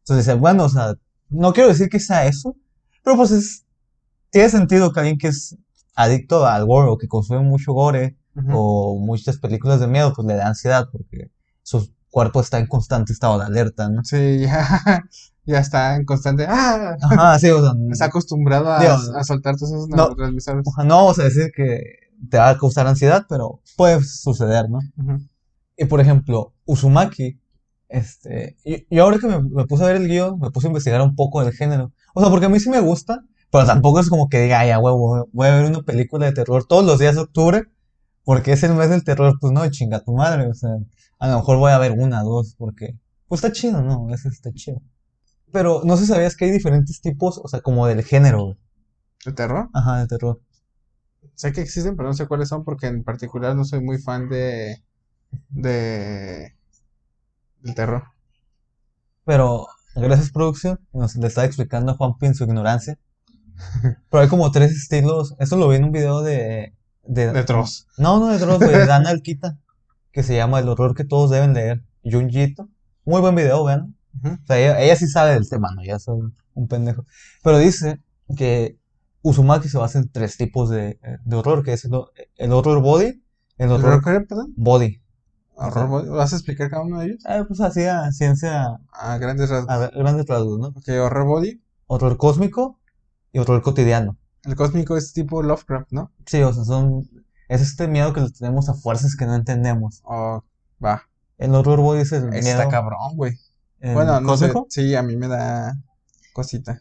Speaker 1: Entonces dice, bueno, o sea, no quiero decir que sea eso, pero pues es, tiene sentido que alguien que es adicto al gore o que consume mucho gore
Speaker 2: Ujú.
Speaker 1: o muchas películas de miedo, pues le da ansiedad porque su cuerpo está en constante estado de alerta, ¿no?
Speaker 2: Sí, ya, ya está en constante. ¡Ah!
Speaker 1: Ajá, sí, o sea,
Speaker 2: Está acostumbrado a,
Speaker 1: Dios.
Speaker 2: a soltar todos esos
Speaker 1: No.
Speaker 2: neurotransmisores.
Speaker 1: ojalá no vamos a decir que te va a causar ansiedad, pero puede suceder, ¿no?
Speaker 2: Ujú.
Speaker 1: Y por ejemplo, Uzumaki, este, yo, yo ahora que me, me puse a ver el guión, me puse a investigar un poco del género. O sea, porque a mí sí me gusta, pero tampoco es como que diga, ay, a huevo, voy a ver una película de terror todos los días de octubre, porque es el mes del terror, pues no, chinga tu madre, o sea, a lo mejor voy a ver una, dos, porque, pues está chido, ¿no? Eso está chido. Pero no sé si sabías que hay diferentes tipos, o sea, como del género, güey.
Speaker 2: ¿De terror?
Speaker 1: Ajá, de terror.
Speaker 2: Sé que existen, pero no sé cuáles son porque en particular no soy muy fan de. de. del terror.
Speaker 1: Pero gracias producción, nos le estaba explicando a Juan Pin su ignorancia. Pero hay como tres estilos. Eso lo vi en un video de... De,
Speaker 2: De Tross.
Speaker 1: No, no de Dross, güey, de Dan Alquita, que se llama El horror que todos deben leer. Junjito. Muy buen video, vean.
Speaker 2: Ujú.
Speaker 1: O sea, ella, ella sí sabe del tema, ¿no? Ya soy un pendejo. Pero dice que Uzumaki se basa en tres tipos de, de horror, que es el, el horror body, el
Speaker 2: ¿El
Speaker 1: horror
Speaker 2: horror, perdón?
Speaker 1: body.
Speaker 2: ¿Horror body? ¿Vas a explicar cada uno de ellos?
Speaker 1: Ah, pues así a ciencia,
Speaker 2: A grandes rasgos.
Speaker 1: a grandes rasgos, ¿no?
Speaker 2: Ok, horror body.
Speaker 1: horror cósmico y horror cotidiano.
Speaker 2: El cósmico es tipo Lovecraft, ¿no?
Speaker 1: Sí, o sea, son. Es este miedo que le tenemos a fuerzas que no entendemos.
Speaker 2: O. va.
Speaker 1: El horror body es el
Speaker 2: Ese
Speaker 1: miedo.
Speaker 2: Está cabrón, güey.
Speaker 1: el
Speaker 2: Bueno, no sé.
Speaker 1: cósmico.
Speaker 2: Sí, a mí me da cosita.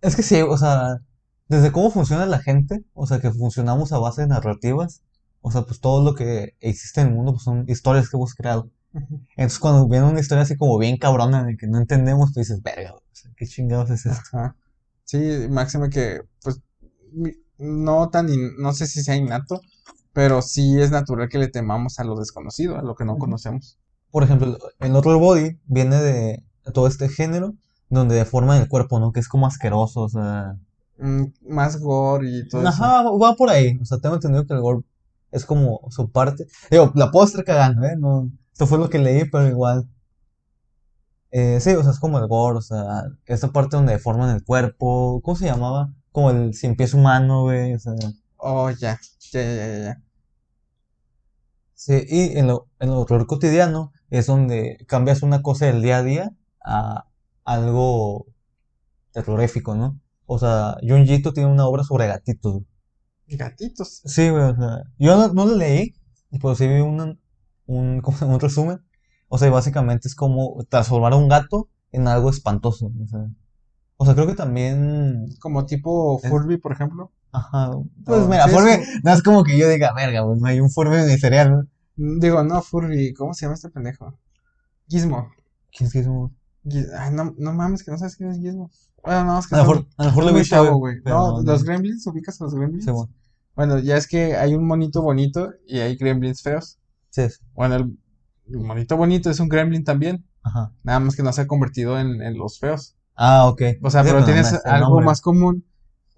Speaker 1: Es que sí, o sea, desde cómo funciona la gente, o sea, que funcionamos a base de narrativas, o sea, pues todo lo que existe en el mundo pues, son historias que hemos creado.
Speaker 2: Ujú.
Speaker 1: Entonces, cuando viene una historia así como bien cabrona, de que no entendemos, tú dices, verga, o sea, qué chingados es esto.
Speaker 2: Ajá. Sí, máxima que, pues, mi- no tan, in- no sé si sea innato, pero sí es natural que le temamos a lo desconocido, a lo que no
Speaker 1: Ujú.
Speaker 2: conocemos.
Speaker 1: Por ejemplo, el horror body viene de todo este género donde deforman el cuerpo, ¿no? Que es como asqueroso, o sea.
Speaker 2: Mm, más gore y todo eso.
Speaker 1: Ajá, va por ahí. O sea, tengo entendido que el gore es como su parte. Digo, la puedo estar cagando, ¿eh? No, esto fue lo que leí, pero igual. Eh, sí, o sea, es como el gore, o sea, esta parte donde deforman el cuerpo. ¿Cómo se llamaba? Como el sin pies humano, güey. O sea,
Speaker 2: Oh, ya, ya, ya, ya, ya.
Speaker 1: sí, y en, lo, en el horror cotidiano es donde cambias una cosa del día a día a algo terrorífico, ¿no? O sea, Junjito tiene una obra sobre gatitos.
Speaker 2: Gatitos.
Speaker 1: Sí, güey, o sea, yo no, no lo leí, pero sí vi un, un, como un resumen. O sea, y básicamente es como transformar a un gato en algo espantoso. O sea, o sea creo que también.
Speaker 2: Como tipo
Speaker 1: Es-
Speaker 2: Furby, por ejemplo.
Speaker 1: Ajá. Pues
Speaker 2: Oh,
Speaker 1: mira,
Speaker 2: sí, es
Speaker 1: Furby, no es como que yo diga, verga, güey, no hay un Furby en el cereal, ¿no?
Speaker 2: Mm, Digo, no, Furby, ¿cómo se llama este pendejo? Gizmo.
Speaker 1: ¿Quién es que es un-
Speaker 2: Giz- Ay, no, no mames, que no sabes quién es Gizmo. Bueno, no, es que
Speaker 1: A lo
Speaker 2: son-
Speaker 1: mejor, a lo mejor
Speaker 2: son
Speaker 1: lo
Speaker 2: muy
Speaker 1: vi
Speaker 2: chavo,
Speaker 1: chavo,
Speaker 2: güey.
Speaker 1: pero
Speaker 2: No,
Speaker 1: no,
Speaker 2: los gremlins, ¿ubicas a los gremlins?
Speaker 1: sí, bueno,
Speaker 2: Bueno, ya es que hay un monito bonito y hay gremlins feos.
Speaker 1: sí, sí,
Speaker 2: Bueno, el, el monito bonito es un gremlin también.
Speaker 1: ajá.
Speaker 2: Nada más que no se ha convertido en, en los feos.
Speaker 1: Ah, ok.
Speaker 2: O sea,
Speaker 1: Sí,
Speaker 2: pero
Speaker 1: no,
Speaker 2: tienes
Speaker 1: no, es el
Speaker 2: algo
Speaker 1: nombre.
Speaker 2: más común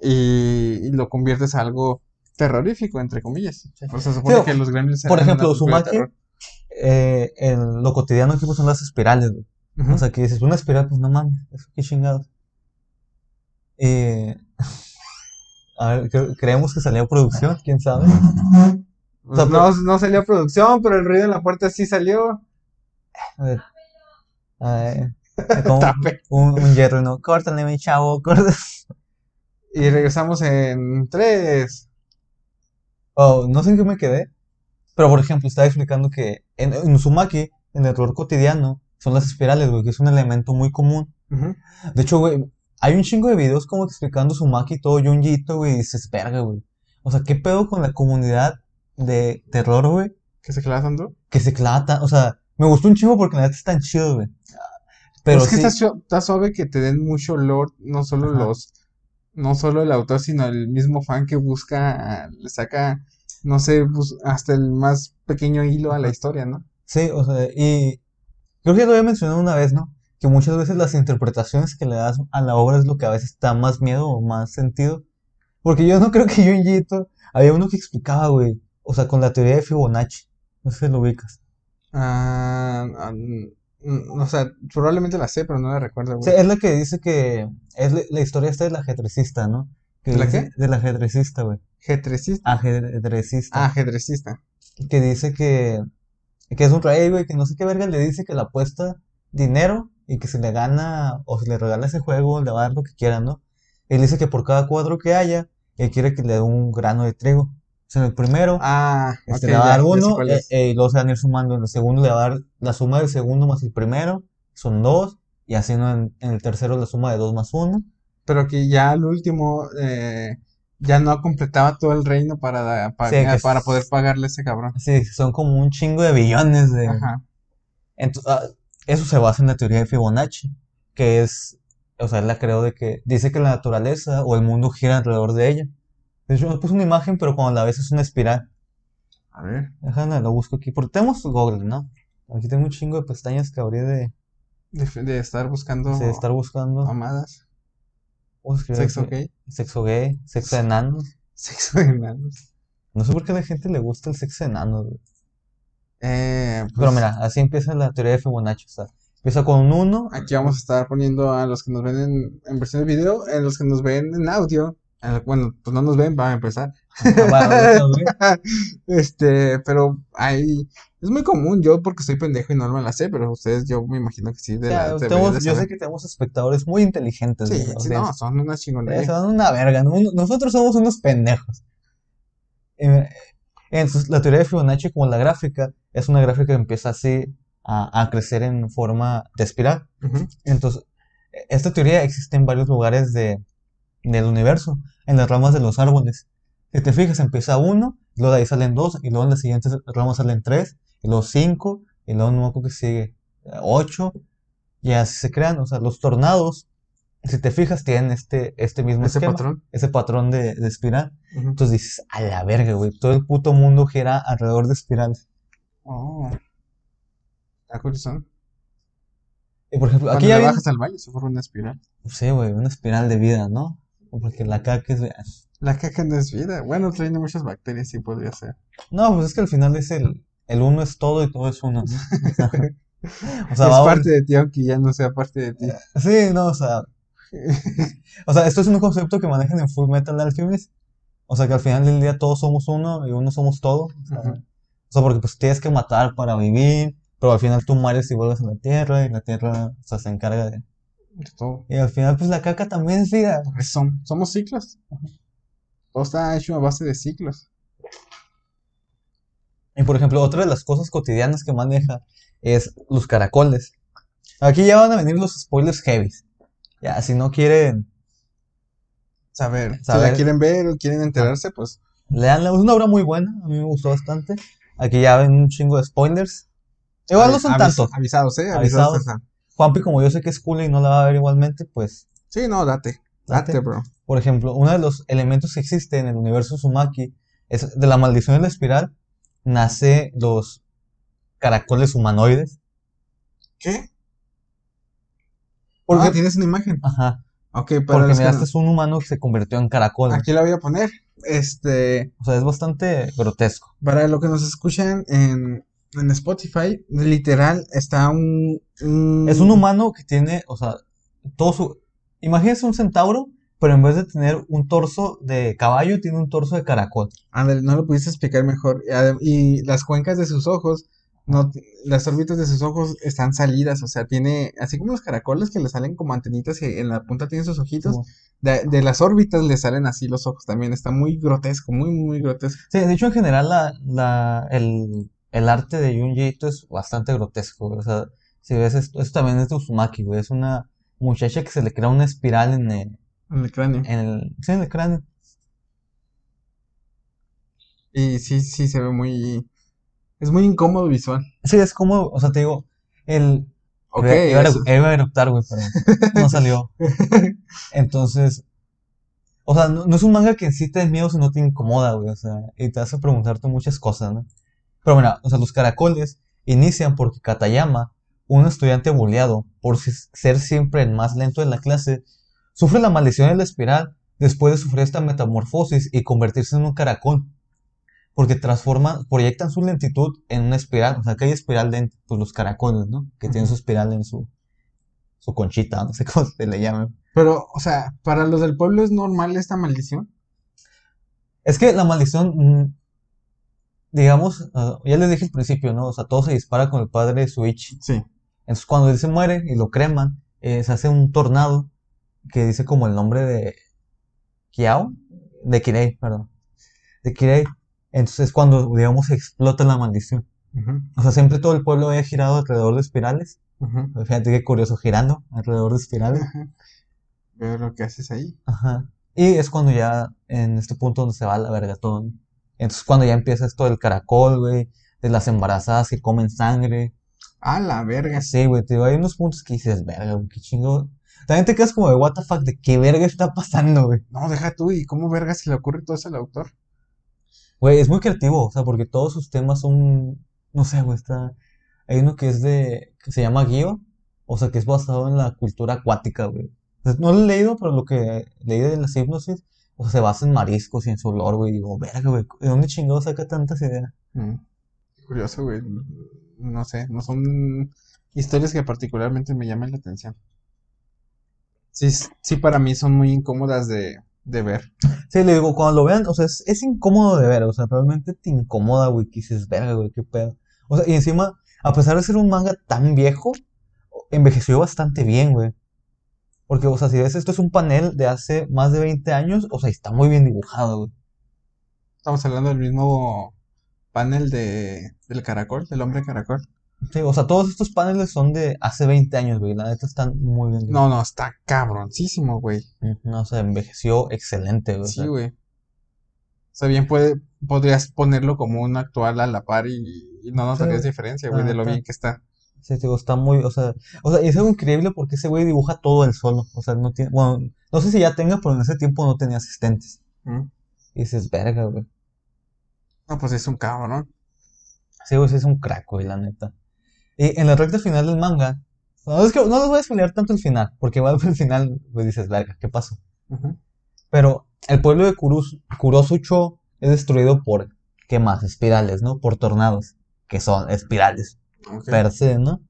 Speaker 2: y, y lo conviertes a algo terrorífico, entre comillas. Por eso se supone
Speaker 1: Sí, o-
Speaker 2: que los gremlins
Speaker 1: Por
Speaker 2: eran una
Speaker 1: ejemplo,
Speaker 2: película de
Speaker 1: Uzumaki,
Speaker 2: terror.
Speaker 1: eh, en lo cotidiano aquí pues, son las espirales, güey.
Speaker 2: Ujú.
Speaker 1: O sea, que dices, una espiral, pues no mames, eso qué chingados. Eh, a ver, cre- creemos que salió producción, quién sabe.
Speaker 2: Pues no, no salió a producción, pero el ruido en la puerta sí salió.
Speaker 1: A ver. A ver, es como
Speaker 2: Tape.
Speaker 1: un, un hierro, ¿no? Córtale, mi chavo, córtale.
Speaker 2: Y regresamos en tres.
Speaker 1: Oh, no sé en qué me quedé. Pero, por ejemplo, estaba explicando que en, en Uzumaki, en el horror cotidiano, son las espirales, güey, que es un elemento muy común.
Speaker 2: Ujú.
Speaker 1: De hecho, güey, hay un chingo de videos como explicando Sumaki y todo Junjito, güey, y dices, verga, güey. O sea, ¿qué pedo con la comunidad de terror, güey?
Speaker 2: ¿Qué se clava tanto?
Speaker 1: Que se clava tan... O sea, me gustó un chingo porque la neta es tan chido, güey. Pero
Speaker 2: Pues es que
Speaker 1: sí,
Speaker 2: está, su- está suave que te den mucho lore, no solo
Speaker 1: Ajá.
Speaker 2: los, no solo el autor, sino el mismo fan que busca, le saca, no sé, bus- hasta el más pequeño hilo a la
Speaker 1: Ajá.
Speaker 2: historia, ¿no?
Speaker 1: sí, o sea, y... Creo que ya lo había mencionado una vez, ¿no? Que muchas veces las interpretaciones que le das a la obra es lo que a veces da más miedo o más sentido. Porque yo no creo que Junjito... Había uno que explicaba, güey. O sea, con la teoría de Fibonacci. No sé si lo ubicas.
Speaker 2: Ah, ah, mm, mm, o sea, probablemente la sé, pero no la recuerdo,
Speaker 1: Sí,
Speaker 2: güey.
Speaker 1: es la que dice que es la, la historia esta del ajedrecista, ¿no? Que
Speaker 2: ¿De la
Speaker 1: dice- Del ajedrecista, güey.
Speaker 2: Ajedrecista.
Speaker 1: Ajedrecista.
Speaker 2: Ah, ajedrecista.
Speaker 1: Que dice que, que es un rey, güey, que no sé qué verga le dice que le apuesta dinero y que si le gana o si le regala ese juego, le va a dar lo que quiera, ¿no? Él dice que por cada cuadro que haya, él quiere que le dé un grano de trigo. O sea, en el primero,
Speaker 2: Ah,
Speaker 1: este,
Speaker 2: ok,
Speaker 1: le va a
Speaker 2: ya-
Speaker 1: dar
Speaker 2: ya sé
Speaker 1: uno,
Speaker 2: cuál
Speaker 1: eh,
Speaker 2: es.
Speaker 1: eh, y luego se van a ir sumando. En el segundo le va a dar la suma del segundo más el primero, son dos, y así ¿no? en, en el tercero la suma de dos más uno.
Speaker 2: Pero que ya al último eh, ya no completaba todo el reino para, da- pa-
Speaker 1: Sí, que
Speaker 2: eh,
Speaker 1: es-
Speaker 2: para poder pagarle a ese cabrón.
Speaker 1: Así son como un chingo de billones de...
Speaker 2: Ajá.
Speaker 1: Ento- ah, eso se basa en la teoría de Fibonacci, que es, o sea, él la creo de que dice que la naturaleza o el mundo gira alrededor de ella. De hecho, puse una imagen, pero cuando la ves es una espiral.
Speaker 2: A ver.
Speaker 1: Déjame, lo busco aquí. Porque tenemos Google, ¿no? Aquí tengo un chingo de pestañas que habría de,
Speaker 2: De, de estar buscando
Speaker 1: de estar buscando.
Speaker 2: mamadas.
Speaker 1: Voy a escribir
Speaker 2: Sexo
Speaker 1: aquí,
Speaker 2: gay.
Speaker 1: Sexo gay, sexo de enanos.
Speaker 2: Sexo de enanos.
Speaker 1: No sé por qué a la gente le gusta el sexo de enanos. güey.
Speaker 2: Eh, pues,
Speaker 1: Pero mira, así empieza la teoría de Fibonacci. O sea, empieza con un 1,
Speaker 2: Aquí vamos a estar poniendo a los que nos ven en, en versión de video, a los que nos ven en audio. a los- Bueno, pues no nos ven, va a empezar. Este, pero hay. Es muy común, yo porque soy pendejo y no me la sé, pero ustedes yo me imagino que sí. De
Speaker 1: Ya,
Speaker 2: la, deberían
Speaker 1: tenemos-
Speaker 2: de
Speaker 1: yo sé
Speaker 2: saber.
Speaker 1: que tenemos espectadores muy inteligentes.
Speaker 2: Sí,
Speaker 1: güey, o
Speaker 2: sí,
Speaker 1: sea,
Speaker 2: no, son unas
Speaker 1: ustedes
Speaker 2: chingonerías.
Speaker 1: se dan una verga. ¿no? Uno- Nosotros somos unos pendejos. Eh, Entonces, la teoría de Fibonacci, como la gráfica, es una gráfica que empieza así a, a crecer en forma de espiral.
Speaker 2: Ujú.
Speaker 1: Entonces, e- esta teoría existe en varios lugares de, del universo, en las ramas de los árboles. Si te fijas, empieza uno, y luego de ahí salen dos, y luego en las siguientes ramas salen tres, y luego cinco, y luego no me acuerdo que sigue, eh, ocho, y así se crean. O sea, los tornados, si te fijas, tienen este, este mismo
Speaker 2: Ese
Speaker 1: esquema,
Speaker 2: patrón.
Speaker 1: ese patrón de, de espiral.
Speaker 2: Ujú.
Speaker 1: Entonces dices, a la verga, güey, todo el puto mundo gira alrededor de espirales.
Speaker 2: Oh. Está curioso. ¿no?
Speaker 1: Y por ejemplo,
Speaker 2: Cuando
Speaker 1: aquí
Speaker 2: le
Speaker 1: ya viene-
Speaker 2: bajas al valle se forma una espiral.
Speaker 1: Sí, güey, una espiral de vida, ¿no? Porque la caca es...
Speaker 2: La caca no es vida. Bueno, trae muchas bacterias, sí podría ser.
Speaker 1: No, pues es que al final es el, el uno es todo y todo es uno. ¿no? O sea,
Speaker 2: es
Speaker 1: va-
Speaker 2: parte de ti, aunque ya no sea parte de ti.
Speaker 1: Eh, Sí, no, o sea. O sea, esto es un concepto que manejan en Full Metal Alchemist. O sea, que al final del día todos somos uno y uno somos todo. O sea,
Speaker 2: Ujú.
Speaker 1: o sea, porque pues tienes que matar para vivir, pero al final tú mueres y vuelves a la tierra y la tierra, o sea, se encarga de.
Speaker 2: De todo.
Speaker 1: Y al final, pues la caca también es vida.
Speaker 2: Pues son- somos ciclos. Todo está hecho a base de ciclos.
Speaker 1: Y por ejemplo, otra de las cosas cotidianas que maneja es los caracoles. Aquí ya van a venir los spoilers heavy. Ya, si no quieren.
Speaker 2: Saber. Si
Speaker 1: Saber. Ah.
Speaker 2: la quieren ver o quieren enterarse, pues
Speaker 1: Leanla, es una obra muy buena, a mí me gustó bastante. Aquí ya ven un chingo de spoilers. Igual no son
Speaker 2: avi-
Speaker 1: tantos.
Speaker 2: avisados, ¿eh?
Speaker 1: Avisados.
Speaker 2: Avisados. ajá.
Speaker 1: Juanpi, como yo sé que es cool y no la va a ver igualmente, pues,
Speaker 2: Sí, no, date.
Speaker 1: Date.
Speaker 2: Date, bro.
Speaker 1: por ejemplo, uno de los elementos que existe en el universo Uzumaki es de la maldición de la espiral, nace los caracoles humanoides.
Speaker 2: ¿Qué?
Speaker 1: Porque,
Speaker 2: Ah, tienes una imagen.
Speaker 1: ajá,
Speaker 2: Ok, pero
Speaker 1: porque
Speaker 2: los
Speaker 1: me
Speaker 2: que no-
Speaker 1: daste un humano que se convirtió en caracol.
Speaker 2: aquí la voy a poner. Este.
Speaker 1: O sea, es bastante grotesco.
Speaker 2: Para lo que nos escuchan en, en Spotify, literal está un, un-
Speaker 1: Es un humano que tiene, o sea, todo su... Imagínense un centauro, pero en vez de tener un torso de caballo, tiene un torso de caracol.
Speaker 2: Ándale, no lo pudiste explicar mejor. Y adem- Y las cuencas de sus ojos, no, t- las órbitas de sus ojos están salidas, o sea, tiene, así como los caracoles que le salen como antenitas y en la punta tienen sus ojitos,
Speaker 1: Simón.
Speaker 2: de, de las órbitas le salen así los ojos también. Está muy grotesco, muy, muy grotesco.
Speaker 1: Sí, de hecho, en general, la, la, el, el arte de Junji Ito es bastante grotesco. güey. O sea, si ves esto, esto también es de Uzumaki, güey. Es una muchacha que se le crea una espiral en el,
Speaker 2: En el cráneo.
Speaker 1: en el, sí, en el cráneo.
Speaker 2: Y sí, sí, se ve muy. Es muy incómodo visual.
Speaker 1: Sí, es como, o sea, te digo, el,
Speaker 2: Ok,
Speaker 1: iba, a,
Speaker 2: eso.
Speaker 1: eru- iba a eruptar, güey, pero no salió. Entonces, o sea, no, no es un manga que en sí te dé miedo, sino te incomoda, güey, o sea, y te hace preguntarte muchas cosas, ¿no? Pero mira, o sea, los caracoles inician porque Katayama, un estudiante bulleado por si- ser siempre el más lento de la clase, sufre la maldición de la espiral después de sufrir esta metamorfosis y convertirse en un caracol. Porque transforman, proyectan su lentitud en una espiral. O sea, que hay espiral de pues, los caracoles, ¿no? Que tienen su espiral en su, su conchita, no sé cómo se le llame.
Speaker 2: Pero, o sea, para los del pueblo es normal esta maldición.
Speaker 1: Es que la maldición, mm, digamos, ah, ya les dije al principio, ¿no? O sea, todo se dispara con el padre Switch.
Speaker 2: Sí.
Speaker 1: Entonces cuando él se muere y lo creman, eh, se hace un tornado que dice como el nombre de Kiao, de Kirei, perdón, de Kirei. Entonces cuando, digamos, explota la maldición.
Speaker 2: Ujú,
Speaker 1: O sea, siempre todo el pueblo había girado alrededor de espirales.
Speaker 2: ujú.
Speaker 1: Fíjate qué curioso, girando alrededor de espirales.
Speaker 2: Veo lo que haces ahí.
Speaker 1: Ajá. Y es cuando ya, en este punto donde se va a la verga todo. ¿no? Entonces, cuando ya empieza esto del caracol, güey, de las embarazadas que comen sangre.
Speaker 2: A la verga.
Speaker 1: Sí, güey, te digo, hay unos puntos que dices, verga, güey, qué chingo. También te quedas como de, what the fuck, de qué verga está pasando, güey.
Speaker 2: No, deja tú. ¿Y cómo verga se le ocurre todo eso al autor?
Speaker 1: Güey, es muy creativo, o sea, porque todos sus temas son, no sé, güey, está... Hay uno que es de, que se llama Guío, o sea, que es basado en la cultura acuática, güey. O sea, no lo he leído, pero lo que leí de las hipnosis, o sea, se basa en mariscos y en su olor, güey. Y digo, verga, güey, ¿de dónde chingado saca tantas ideas?
Speaker 2: Mm. Qué Curioso, güey. No sé, no son historias que particularmente me llamen la atención. Sí, s- sí para mí son muy incómodas de, de ver.
Speaker 1: Sí, le digo, cuando lo vean, o sea, es, es incómodo de ver, o sea, realmente te incomoda, güey, que dices, verga, güey, qué pedo. O sea, y encima, a pesar de ser un manga tan viejo, envejeció bastante bien, güey. Porque, o sea, si ves, esto es un panel de hace más de 20 años, o sea, está muy bien dibujado, güey.
Speaker 2: Estamos hablando del mismo panel de, del caracol, del hombre caracol.
Speaker 1: Sí, o sea, todos estos paneles son de hace 20 años, güey, la neta están muy bien
Speaker 2: No, no, está cabroncísimo, güey.
Speaker 1: dibujados. No, o sea, envejeció excelente, güey. o sea,
Speaker 2: Sí, güey. O sea, bien puede, podrías ponerlo como un actual a la par y, y no
Speaker 1: Sí,
Speaker 2: notarías
Speaker 1: güey.
Speaker 2: diferencia, güey,
Speaker 1: Ah,
Speaker 2: de lo
Speaker 1: está.
Speaker 2: bien que está.
Speaker 1: Sí, te digo, está muy, o sea, o sea, y es algo increíble porque ese güey dibuja todo él solo, o sea, no tiene, bueno, no sé si ya tenga, pero en ese tiempo no tenía asistentes.
Speaker 2: Mm.
Speaker 1: Y dices, verga, güey.
Speaker 2: No, pues es un cabrón.
Speaker 1: Sí, güey, sí es un crack, güey, la neta. Y en la recta final del manga, no, es que, no les voy a spoilear tanto el final, porque igual al final, pues dices, verga, ¿qué pasó?
Speaker 2: Ujú.
Speaker 1: Pero el pueblo de Kurus, Kurosucho es destruido por, ¿qué más? Espirales, ¿no? Por tornados, que son espirales.
Speaker 2: Ok.
Speaker 1: per se, ¿no?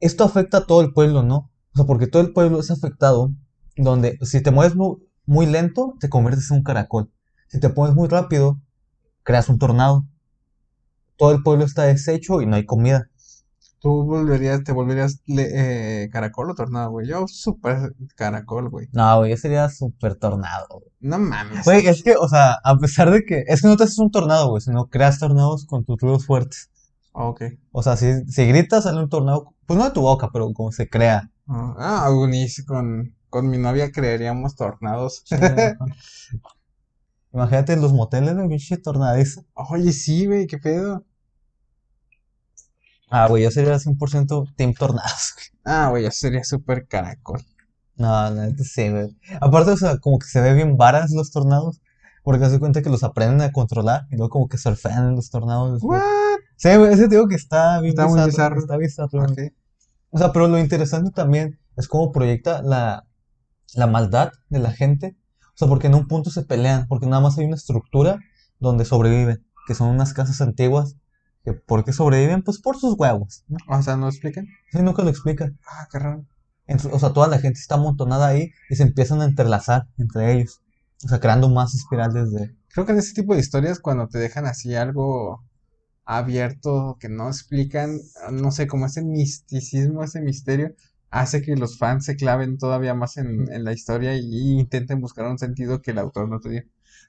Speaker 1: Esto afecta a todo el pueblo, ¿no? O sea, porque todo el pueblo es afectado, donde si te mueves mu- muy, lento, te conviertes en un caracol. Si te pones muy rápido, creas un tornado. Todo el pueblo está deshecho y no hay comida.
Speaker 2: Tú volverías, te volverías le- eh, caracol o tornado, güey. Yo súper caracol, güey.
Speaker 1: No, güey, yo sería súper tornado. güey.
Speaker 2: No mames.
Speaker 1: Güey, es que, o sea, a pesar de que... Es que no te haces un tornado, güey, sino creas tornados con tus ruidos fuertes.
Speaker 2: Ok.
Speaker 1: O sea, si, si gritas, sale un tornado, pues no de tu boca, pero como se crea.
Speaker 2: Ah, unís con, con mi novia creeríamos tornados.
Speaker 1: Sí, ajá. Imagínate en los moteles de un pinche tornadizo.
Speaker 2: Oye, sí, güey, qué pedo.
Speaker 1: Ah, güey, yo sería 100% Team Tornados. güey.
Speaker 2: Ah, güey, yo sería súper caracol.
Speaker 1: No, la neta sí, güey. Aparte, o sea, como que se ve bien varas los tornados. Porque hace cuenta que los aprenden a controlar y luego como que surfean en los tornados. güey.
Speaker 2: What?
Speaker 1: Sí, güey, ese digo que está bien
Speaker 2: Está muy bizarro. Ah,
Speaker 1: Está bizarro. güey.
Speaker 2: Ok.
Speaker 1: O sea, pero lo interesante también es cómo proyecta la, la maldad de la gente. O sea, porque en un punto se pelean, porque nada más hay una estructura donde sobreviven, que son unas casas antiguas. Que, ¿Por qué sobreviven? Pues por sus huevos. ¿no?
Speaker 2: O sea, ¿no explican?
Speaker 1: Sí, nunca lo explica.
Speaker 2: Ah, qué raro.
Speaker 1: Entonces, o sea, toda la gente está amontonada ahí y se empiezan a entrelazar entre ellos. O sea, creando más espirales de...
Speaker 2: Creo que en ese tipo de historias, cuando te dejan así algo abierto, que no explican, ah, no sé, como ese misticismo, ese misterio, hace que los fans se claven todavía más en, en la historia y, y intenten buscar un sentido que el autor no te dio.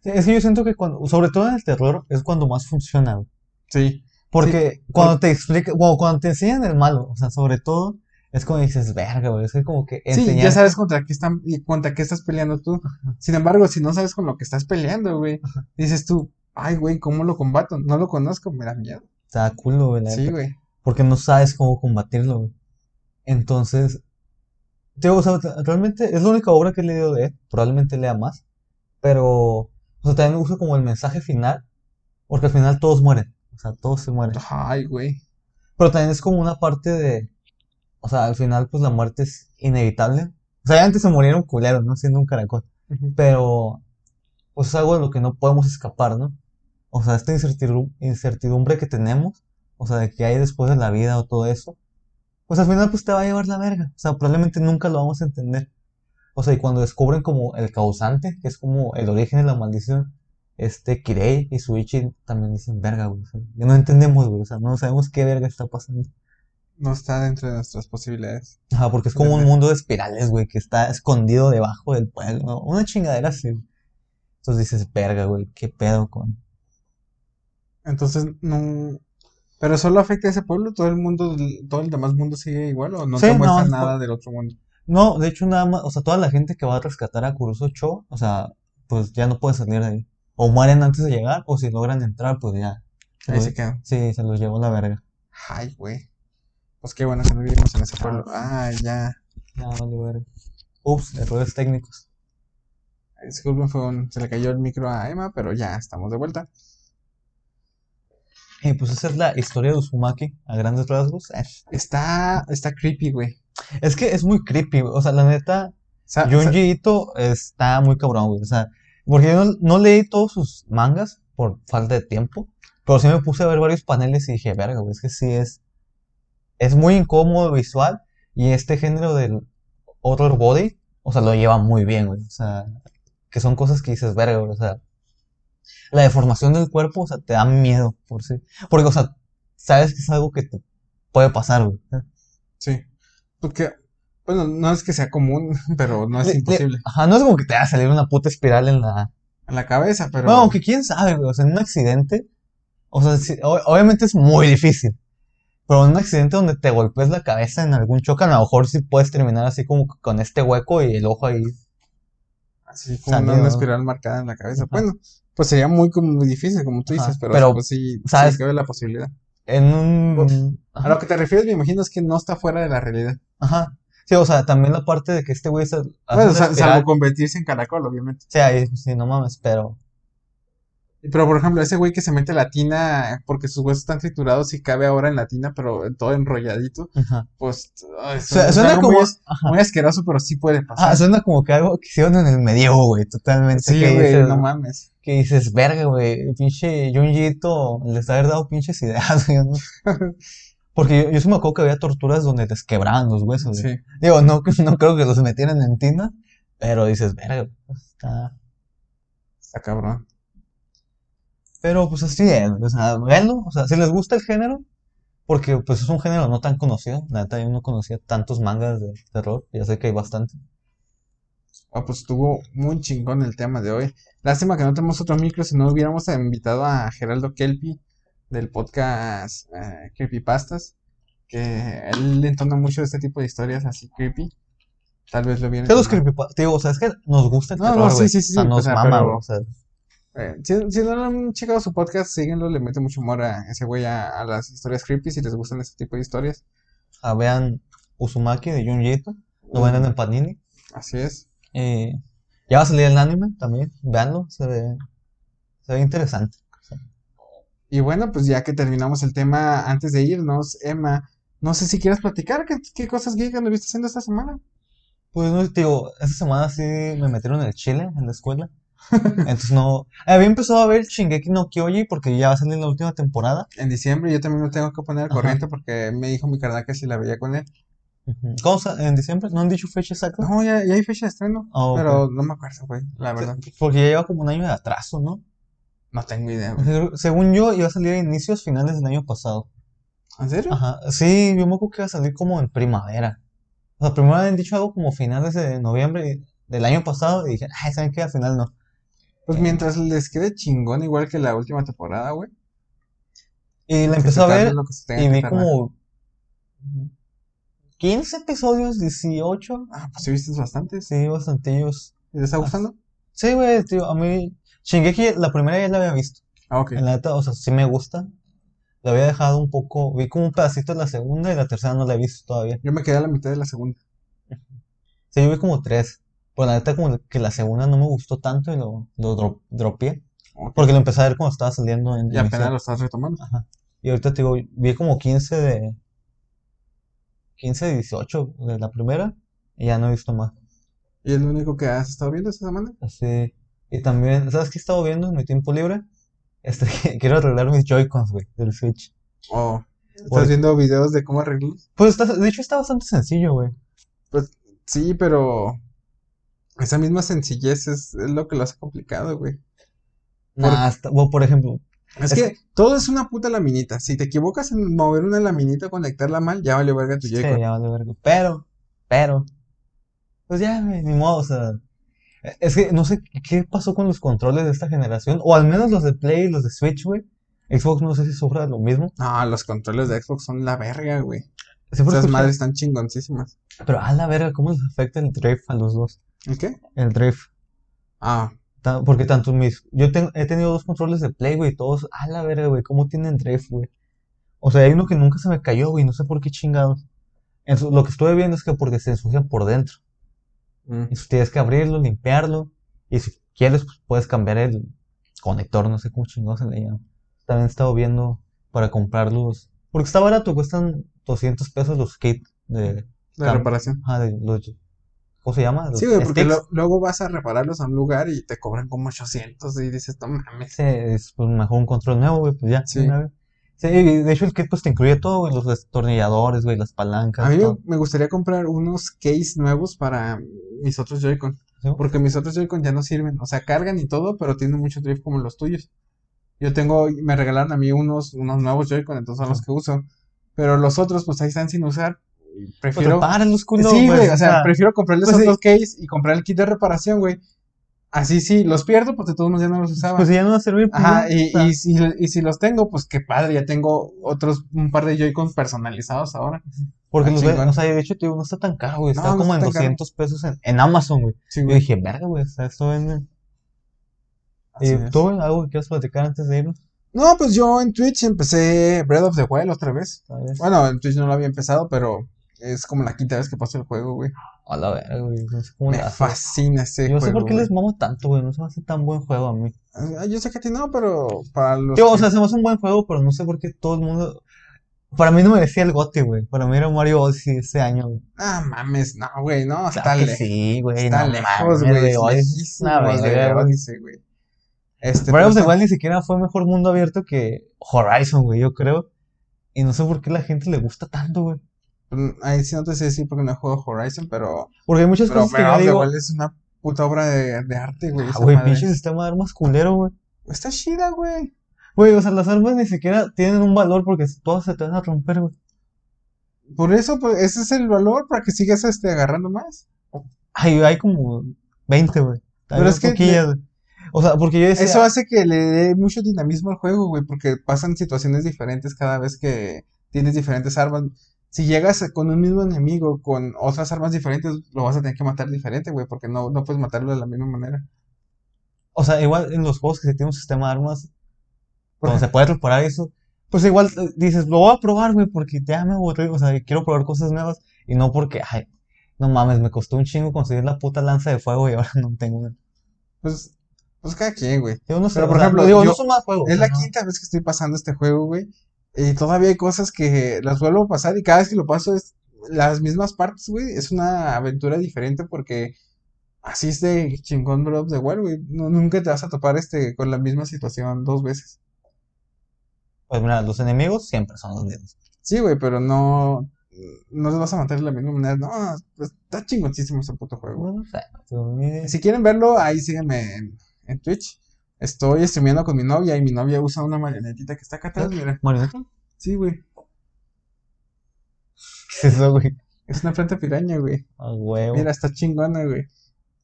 Speaker 1: Sí, Es que yo siento que cuando, sobre todo en el terror, es cuando más funciona. güey.
Speaker 2: Sí,
Speaker 1: Porque
Speaker 2: por-
Speaker 1: cuando te explica, bueno, cuando te enseñan el malo, o sea, sobre todo, es cuando dices, verga, güey, es que como que
Speaker 2: sí,
Speaker 1: enseñar...
Speaker 2: ya sabes contra qué están y contra qué estás peleando tú. Sin embargo, si no sabes con lo que estás peleando, güey, dices tú, ay, güey, ¿cómo lo combato? No lo conozco, me da miedo.
Speaker 1: Está culo, güey, la
Speaker 2: Sí,
Speaker 1: neta,
Speaker 2: güey.
Speaker 1: Porque no sabes cómo combatirlo, güey. Entonces, te digo, o sea, realmente es la única obra que he leído de él. Probablemente lea más. Pero, o sea, también me gusta como el mensaje final. Porque al final todos mueren. O sea, todos se mueren.
Speaker 2: Ay, güey.
Speaker 1: Pero también es como una parte de. O sea, al final, pues la muerte es inevitable. O sea, ya antes se murieron culeros, ¿no? Siendo un caracol.
Speaker 2: Ujú.
Speaker 1: Pero, pues es algo de lo que no podemos escapar, ¿no? O sea, esta incertidu- incertidumbre que tenemos, o sea, de que hay después de la vida o todo eso, pues al final pues te va a llevar la verga. O sea, probablemente nunca lo vamos a entender. O sea, y cuando descubren como el causante, que es como el origen de la maldición, este Kirei y Suichi también dicen, verga, güey. o sea, ya no entendemos, güey. O sea, no sabemos qué verga está pasando.
Speaker 2: no está dentro de nuestras posibilidades.
Speaker 1: Ajá, porque es como un
Speaker 2: Entender.
Speaker 1: mundo de espirales, güey, que está escondido debajo del pueblo. Una chingadera así. Entonces dices, verga, güey, qué pedo con.
Speaker 2: Entonces, no. Pero solo afecta a ese pueblo, todo el mundo, todo el demás mundo sigue igual o no
Speaker 1: Sí,
Speaker 2: te
Speaker 1: no,
Speaker 2: muestran
Speaker 1: es por-
Speaker 2: nada del otro mundo.
Speaker 1: No, de hecho, nada más, o sea, toda la gente que va a rescatar a Kuruso Cho, o sea, pues ya no puede salir de ahí. O mueren antes de llegar, o si logran entrar, pues ya. Se
Speaker 2: Ahí
Speaker 1: los-
Speaker 2: se quedan.
Speaker 1: sí, se los llevó la verga.
Speaker 2: Ay, güey. Pues qué bueno que no vivimos en ese pueblo.
Speaker 1: Ah.
Speaker 2: Ay, ya.
Speaker 1: Ya, vale, verga. Ups, errores técnicos.
Speaker 2: Disculpen, fue un- se le cayó el micro a Emma, pero ya estamos de vuelta.
Speaker 1: Y pues esa es la historia de Uzumaki, a grandes rasgos. Eh,
Speaker 2: Está, está creepy, güey.
Speaker 1: Es que es muy creepy, güey, o sea, la neta,
Speaker 2: Sa- sa-
Speaker 1: Junji Ito está muy cabrón, güey. O sea, porque yo no, no leí todos sus mangas por falta de tiempo, pero sí me puse a ver varios paneles y dije, verga, güey, es que sí es. Es muy incómodo visual y este género del horror body, o sea, lo lleva muy bien, güey. O sea, que son cosas que dices, verga, güey, o sea. La deformación del cuerpo, o sea, te da miedo por sí. Porque, o sea, sabes que es algo que te puede pasar, güey.
Speaker 2: Sí. Porque, bueno, no es que sea común, pero no es
Speaker 1: Le- le-
Speaker 2: imposible.
Speaker 1: Ajá, no es como que te va a salir una puta espiral en la,
Speaker 2: En la cabeza, pero.
Speaker 1: Bueno, aunque quién sabe, güey, o sea, en un accidente, o sea, sí, o- obviamente es muy difícil, pero en un accidente donde te golpes la cabeza en algún choque, a lo mejor sí puedes terminar así como que con este hueco y el ojo ahí.
Speaker 2: Así como una,
Speaker 1: Salió.
Speaker 2: una espiral marcada en la cabeza.
Speaker 1: Ajá.
Speaker 2: Bueno, pues sería muy, como muy difícil, como tú
Speaker 1: Ajá,
Speaker 2: dices, pero,
Speaker 1: pero,
Speaker 2: pues sí, sí
Speaker 1: ¿sabes?
Speaker 2: cabe la posibilidad.
Speaker 1: En un...
Speaker 2: A
Speaker 1: Ajá,
Speaker 2: lo que te refieres, me imagino, es que no está fuera de la realidad.
Speaker 1: ajá. Sí, o sea, también la parte de que este güey se...
Speaker 2: Bueno,
Speaker 1: hace
Speaker 2: sa-
Speaker 1: respirar,
Speaker 2: salvo convertirse en caracol, obviamente.
Speaker 1: Sí, ahí, sí, no mames, pero...
Speaker 2: Pero, por ejemplo, ese güey que se mete la tina porque sus huesos están triturados y cabe ahora en la tina, pero todo enrolladito,
Speaker 1: Ajá.
Speaker 2: pues... ay,
Speaker 1: Su- Suena,
Speaker 2: es algo
Speaker 1: como...
Speaker 2: Muy, as-
Speaker 1: ajá. Ah,
Speaker 2: muy asqueroso, pero sí puede
Speaker 1: Ajá,
Speaker 2: pasar.
Speaker 1: suena como que algo que hicieron en el medievo, güey, totalmente.
Speaker 2: sí,
Speaker 1: que
Speaker 2: güey,
Speaker 1: dices-
Speaker 2: no mames.
Speaker 1: que dices, verga, güey, pinche Junjito les haber dado pinches ideas, güey, ¿no? Porque yo, yo sí me acuerdo que había torturas donde les quebraban los huesos, güey.
Speaker 2: Sí.
Speaker 1: Digo, no, no creo que los metieran en tina, pero dices, verga, pues, está...
Speaker 2: Está cabrón.
Speaker 1: Pero pues así es, o sea, véanlo, o sea, si les gusta el género, porque pues es un género no tan conocido, la neta yo no conocía tantos mangas de terror, ya sé que hay bastante.
Speaker 2: Ah, pues estuvo muy chingón el tema de hoy. Lástima que no tenemos otro micro, si no hubiéramos invitado a Geraldo Kelpi del podcast eh, Creepypastas, que él le entona mucho este tipo de historias así creepy. Tal vez lo vieron.
Speaker 1: Que los creepypastas, digo, o sea, es que nos gusta el
Speaker 2: No, no,
Speaker 1: terror,
Speaker 2: sí,
Speaker 1: güey,
Speaker 2: sí,
Speaker 1: o
Speaker 2: sí,
Speaker 1: sea,
Speaker 2: sí, o
Speaker 1: nos
Speaker 2: sea,
Speaker 1: mama,
Speaker 2: pero-
Speaker 1: güey, o sea,
Speaker 2: Eh, si, si no han checado su podcast, síguenlo, le mete mucho humor a ese güey a, a las historias creepy si les gustan este tipo de historias.
Speaker 1: ah, vean Uzumaki de Junjito, lo venden en Panini.
Speaker 2: Mm, Así es.
Speaker 1: Eh, ya va a salir el anime también, veanlo, se ve, se ve interesante.
Speaker 2: Y bueno, pues ya que terminamos el tema, antes de irnos, Emma, no sé si quieras platicar qué, qué cosas geek anduviste haciendo esta semana.
Speaker 1: Pues no, te digo, esta semana sí me metieron el chile en la escuela. Entonces no. Había empezado a ver Shingeki no Kyoji porque ya va a salir la última temporada.
Speaker 2: En diciembre yo también me tengo que poner al
Speaker 1: Ajá.
Speaker 2: corriente porque me dijo mi carnal que si la veía con él.
Speaker 1: ¿Cómo sa- ¿En diciembre? ¿No han dicho fecha exacta?
Speaker 2: No, ya, ya hay fecha de estreno,
Speaker 1: Ah, ok.
Speaker 2: pero no me acuerdo, güey, la verdad.
Speaker 1: Porque ya lleva como un año de atraso, ¿no?
Speaker 2: No tengo idea, güey.
Speaker 1: Según yo, iba a salir a inicios finales del año pasado.
Speaker 2: ¿En serio?
Speaker 1: Ajá. Sí, yo me acuerdo que iba a salir como en primavera. O sea, primero habían dicho algo como finales de noviembre del año pasado y dije, ay, ¿saben qué? Al final no.
Speaker 2: Pues mientras les quede chingón, igual que la última temporada, güey.
Speaker 1: Y la
Speaker 2: que
Speaker 1: empecé
Speaker 2: se
Speaker 1: a
Speaker 2: tarde
Speaker 1: ver
Speaker 2: lo que se tenga
Speaker 1: y
Speaker 2: que
Speaker 1: vi
Speaker 2: tardar.
Speaker 1: como 15 episodios, 18.
Speaker 2: Ah, pues sí, viste bastantes.
Speaker 1: Sí, bastantillos.
Speaker 2: ¿Te está gustando?
Speaker 1: Ah, Sí, güey, tío, a mí Shingeki, la primera ya la había visto.
Speaker 2: Ah, ok.
Speaker 1: En la neta, o sea, sí me gusta. La había dejado un poco, vi como un pedacito de la segunda y la tercera no la he visto todavía.
Speaker 2: Yo me quedé a la mitad de la segunda.
Speaker 1: Sí, yo vi como tres. Pero la neta como que la segunda no me gustó tanto y lo, lo dro- dropeé.
Speaker 2: Ok.
Speaker 1: Porque lo empecé a ver cuando estaba saliendo en
Speaker 2: Y apenas
Speaker 1: emisión.
Speaker 2: lo estás retomando.
Speaker 1: Y ahorita te digo, vi como 15 de... 15 de 18 de la primera y ya no he visto más.
Speaker 2: ¿Y es lo único que has estado viendo esta semana?
Speaker 1: Así. Este, Y también, ¿sabes qué he estado viendo en mi tiempo libre? Este, quiero arreglar mis Joy-Cons, güey, del Switch.
Speaker 2: ¿O estás
Speaker 1: Güey.
Speaker 2: viendo videos de cómo arreglarlos?
Speaker 1: Pues está, de hecho está bastante sencillo, güey.
Speaker 2: Sí, pero esa misma sencillez es, es lo que lo hace complicado, güey.
Speaker 1: Nah, está- bueno, por ejemplo,
Speaker 2: Es, que, todo es una puta laminita. Si te equivocas en mover una laminita, conectarla mal, ya vale verga tu
Speaker 1: Sí,
Speaker 2: Joy-Con.
Speaker 1: ya vale verga. Pero, pero. Pues ya, güey, ni modo, o sea. Es que no sé qué pasó con los controles de esta generación, o al menos los de Play y los de Switch, güey. Xbox no sé si sufra de lo mismo.
Speaker 2: No, los controles de Xbox son la verga, güey.
Speaker 1: Siempre
Speaker 2: Esas
Speaker 1: escuché-
Speaker 2: madres están chingoncísimas.
Speaker 1: Pero a la verga, ¿cómo les afecta el drift a los dos?
Speaker 2: ¿El qué?
Speaker 1: El drift.
Speaker 2: Ah,
Speaker 1: Ta- Porque tanto mis. Yo ten- he tenido dos controles de Play, güey, todos. A la verga, güey, ¿cómo tienen drift, güey? O sea, hay uno que nunca se me cayó, güey, no sé por qué chingados. En su- Lo que estuve viendo es que porque se ensucian por dentro.
Speaker 2: mm,
Speaker 1: Y si tienes que abrirlo, limpiarlo. Y si quieres, pues, puedes cambiar el conector, no sé cómo chingados se le llama. También he estado viendo para comprarlos. Porque está barato, cuestan 200 pesos los kits de,
Speaker 2: la
Speaker 1: Cam-
Speaker 2: reparación.
Speaker 1: ah, de los. ¿Cómo se llama? Los
Speaker 2: Sí, güey, porque
Speaker 1: sticks.
Speaker 2: lo- luego vas a repararlos a un lugar y te cobran como 800 y dices, no mames.
Speaker 1: Ese es pues, mejor un control nuevo, güey, pues ya. de
Speaker 2: Sí.
Speaker 1: una vez. Sí, y de hecho el kit pues te incluye todo, güey, los destornilladores, güey, las palancas,
Speaker 2: A mí me-
Speaker 1: todo.
Speaker 2: me gustaría comprar unos case nuevos para mis otros Joy-Con.
Speaker 1: Sí.
Speaker 2: Porque mis otros Joy-Con ya no sirven. O sea, cargan y todo, pero tienen mucho drift como los tuyos. Yo tengo, me regalaron a mí unos, unos nuevos Joy-Con, entonces son los que uso. Pero los otros, pues ahí están sin usar. Y
Speaker 1: Pero
Speaker 2: Prefiero.
Speaker 1: para Pues, los culos,
Speaker 2: sí, güey, o
Speaker 1: o
Speaker 2: sea,
Speaker 1: sea,
Speaker 2: prefiero comprarles
Speaker 1: pues sí.
Speaker 2: otros case y comprar el kit de reparación, güey. Así sí, los pierdo porque todos modos ya no los usaba.
Speaker 1: pues si ya no va a servir. pues,
Speaker 2: Ajá,
Speaker 1: ya,
Speaker 2: y,
Speaker 1: o sea,
Speaker 2: y si, y si los tengo, pues qué padre, ya tengo otros, un par de Joy-Con personalizados ahora.
Speaker 1: Porque
Speaker 2: Ah,
Speaker 1: los, ve-
Speaker 2: chingón.
Speaker 1: o sea, de hecho, te digo, no está tan caro, güey.
Speaker 2: No,
Speaker 1: Está
Speaker 2: no
Speaker 1: como en
Speaker 2: está tan caro.
Speaker 1: 200 pesos en, en Amazon, güey.
Speaker 2: Sí,
Speaker 1: Yo
Speaker 2: güey.
Speaker 1: dije, verga, güey, o sea, esto vende.
Speaker 2: así
Speaker 1: ¿Y
Speaker 2: es.
Speaker 1: tú, güey, algo que quieras platicar antes de irnos?
Speaker 2: Eh, No, pues yo en Twitch empecé Breath of the Wild otra vez.
Speaker 1: Tal vez.
Speaker 2: Bueno, en Twitch no lo había empezado, pero es como la quinta vez que paso el juego, güey.
Speaker 1: A la verga, güey. No sé cómo
Speaker 2: Me
Speaker 1: le haces.
Speaker 2: fascina ese
Speaker 1: Yo no sé
Speaker 2: juego.
Speaker 1: por qué les mamo tanto, güey. No se me hace tan buen juego a mí.
Speaker 2: güey. Ah, Yo sé que a ti no, pero para los.
Speaker 1: Yo, o
Speaker 2: que-
Speaker 1: sea, se me hace un buen juego, pero no sé por qué todo el mundo. Para mí no merecía el gote, güey. Para mí era Mario Odyssey ese año, güey.
Speaker 2: Ah, mames, no, güey, no,
Speaker 1: Claro
Speaker 2: está
Speaker 1: que
Speaker 2: lejos.
Speaker 1: sí, güey.
Speaker 2: Está
Speaker 1: no
Speaker 2: lejos,
Speaker 1: mames,
Speaker 2: güey.
Speaker 1: Odyssey es
Speaker 2: Es
Speaker 1: una
Speaker 2: lejísimos de
Speaker 1: verga, güey. pues,
Speaker 2: Odyssey, güey. Este,
Speaker 1: Breath of the
Speaker 2: pero-
Speaker 1: Wild ni siquiera fue mejor mundo abierto que Horizon, güey, yo creo. Y no sé por qué la gente le gusta tanto, güey.
Speaker 2: Mm, Ahí sí no te sé decir porque no juego Horizon, pero.
Speaker 1: Porque hay muchas
Speaker 2: Pero
Speaker 1: cosas Pues, que yo
Speaker 2: Breath of the
Speaker 1: digo,
Speaker 2: Wild es una puta obra de, de arte, güey.
Speaker 1: ah,
Speaker 2: esa
Speaker 1: güey,
Speaker 2: madre.
Speaker 1: pinche sistema de armas culero, güey.
Speaker 2: Está chida, güey.
Speaker 1: Güey, o sea, las armas ni siquiera tienen un valor porque todas se te van a romper, güey.
Speaker 2: Por eso, pues, ese es el valor para que sigas este, agarrando más.
Speaker 1: Ay, hay como 20, güey. Hay
Speaker 2: Pero
Speaker 1: unas
Speaker 2: es que-
Speaker 1: poquillas, güey. O sea, porque yo decía,
Speaker 2: Eso hace que le dé mucho dinamismo al juego, güey, porque pasan situaciones diferentes cada vez que tienes diferentes armas. Si llegas con un mismo enemigo, con otras armas diferentes, lo vas a tener que matar diferente, güey, porque no, no puedes matarlo de la misma manera.
Speaker 1: o sea, igual en los juegos que se tiene un sistema de armas,
Speaker 2: Por
Speaker 1: donde se puede reparar eso, pues igual eh, dices, lo voy a probar, güey, porque ya me aburrí, o sea, quiero probar cosas nuevas y no porque, ay, no mames, me costó un chingo conseguir la puta lanza de fuego y ahora no tengo una.
Speaker 2: Pues, pues cada quien, güey.
Speaker 1: Yo no sé,
Speaker 2: Pero, por
Speaker 1: o sea,
Speaker 2: ejemplo,
Speaker 1: digo, no
Speaker 2: yo-
Speaker 1: son más juegos.
Speaker 2: Es la
Speaker 1: ¿no?
Speaker 2: quinta vez que estoy pasando este juego, güey. Y todavía hay cosas que las vuelvo a pasar y cada vez que lo paso es las mismas partes, güey. Es una aventura diferente porque así es de chingón Breath of the Wild, güey. No- nunca te vas a topar este con la misma situación dos veces.
Speaker 1: Pues mira, los enemigos siempre son los mismos.
Speaker 2: Sí, güey, pero no, no los vas a matar de la misma manera. No, pues, está chingoncísimo ese puto juego.
Speaker 1: Bueno, o sea, tú, eh,
Speaker 2: Si quieren verlo, ahí sígueme en, en Twitch. Estoy streameando con mi novia y mi novia usa una marionetita que está acá atrás, mira.
Speaker 1: ¿Marioneta?
Speaker 2: Sí, güey.
Speaker 1: ¿Qué es eso, güey?
Speaker 2: Es una planta piraña, güey.
Speaker 1: A huevo.
Speaker 2: Mira, está chingona, güey.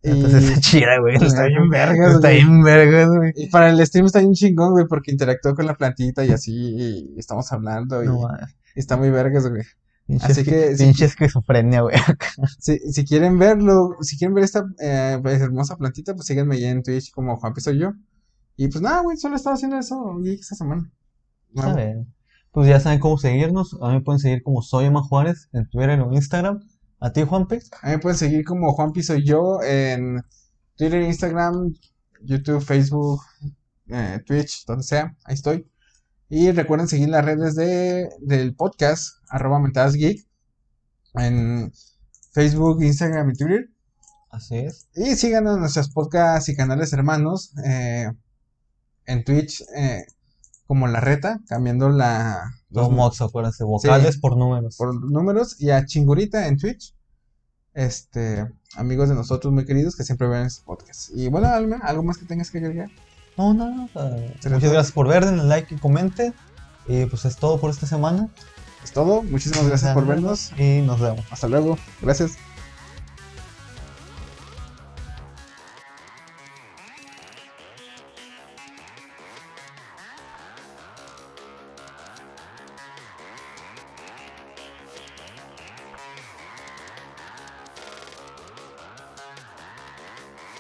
Speaker 1: Entonces Ah, pues, está
Speaker 2: Y,
Speaker 1: chida, güey. Está bien vergas, Está
Speaker 2: Está
Speaker 1: bien vergas, güey.
Speaker 2: y para el stream está bien chingón, güey, porque interactuó con la plantita y así y estamos hablando y,
Speaker 1: No mames.
Speaker 2: y está muy vergas, güey.
Speaker 1: Así que.
Speaker 2: que sí.
Speaker 1: Pinche esquizofrenia, güey.
Speaker 2: Si, si quieren verlo, si quieren ver esta eh, pues, hermosa plantita, pues síganme ya en Twitch como Juan Piso yo. Y pues nada, güey, solo he estado haciendo eso y esta semana. No,
Speaker 1: A ver. Pues ya saben cómo seguirnos. A mí me pueden seguir como Soy Emma Juárez en Twitter o Instagram. A ti, Juanpe.
Speaker 2: A mí me pueden seguir como Juan Piso yo en Twitter, Instagram, YouTube, Facebook, eh, Twitch, donde sea, ahí estoy. Y recuerden seguir las redes de, del podcast, arroba mentadas geek, en Facebook, Instagram y Twitter.
Speaker 1: Así es.
Speaker 2: Y sigan a nuestros podcasts y canales hermanos eh, en Twitch eh, como La Reta, cambiando la,
Speaker 1: Los
Speaker 2: los
Speaker 1: mods, acuérdense. Vocales por números.
Speaker 2: por números y a Chingurita en Twitch. Este, amigos de nosotros muy queridos que siempre ven este podcast. Y bueno, Alma, ¿algo más que tengas que agregar?
Speaker 1: No, nada. o sea, muchas gracias por ver, denle like y comenten. Y pues es todo por esta semana.
Speaker 2: Es todo. Muchísimas gracias por vernos.
Speaker 1: Y nos vemos.
Speaker 2: Hasta luego. Gracias.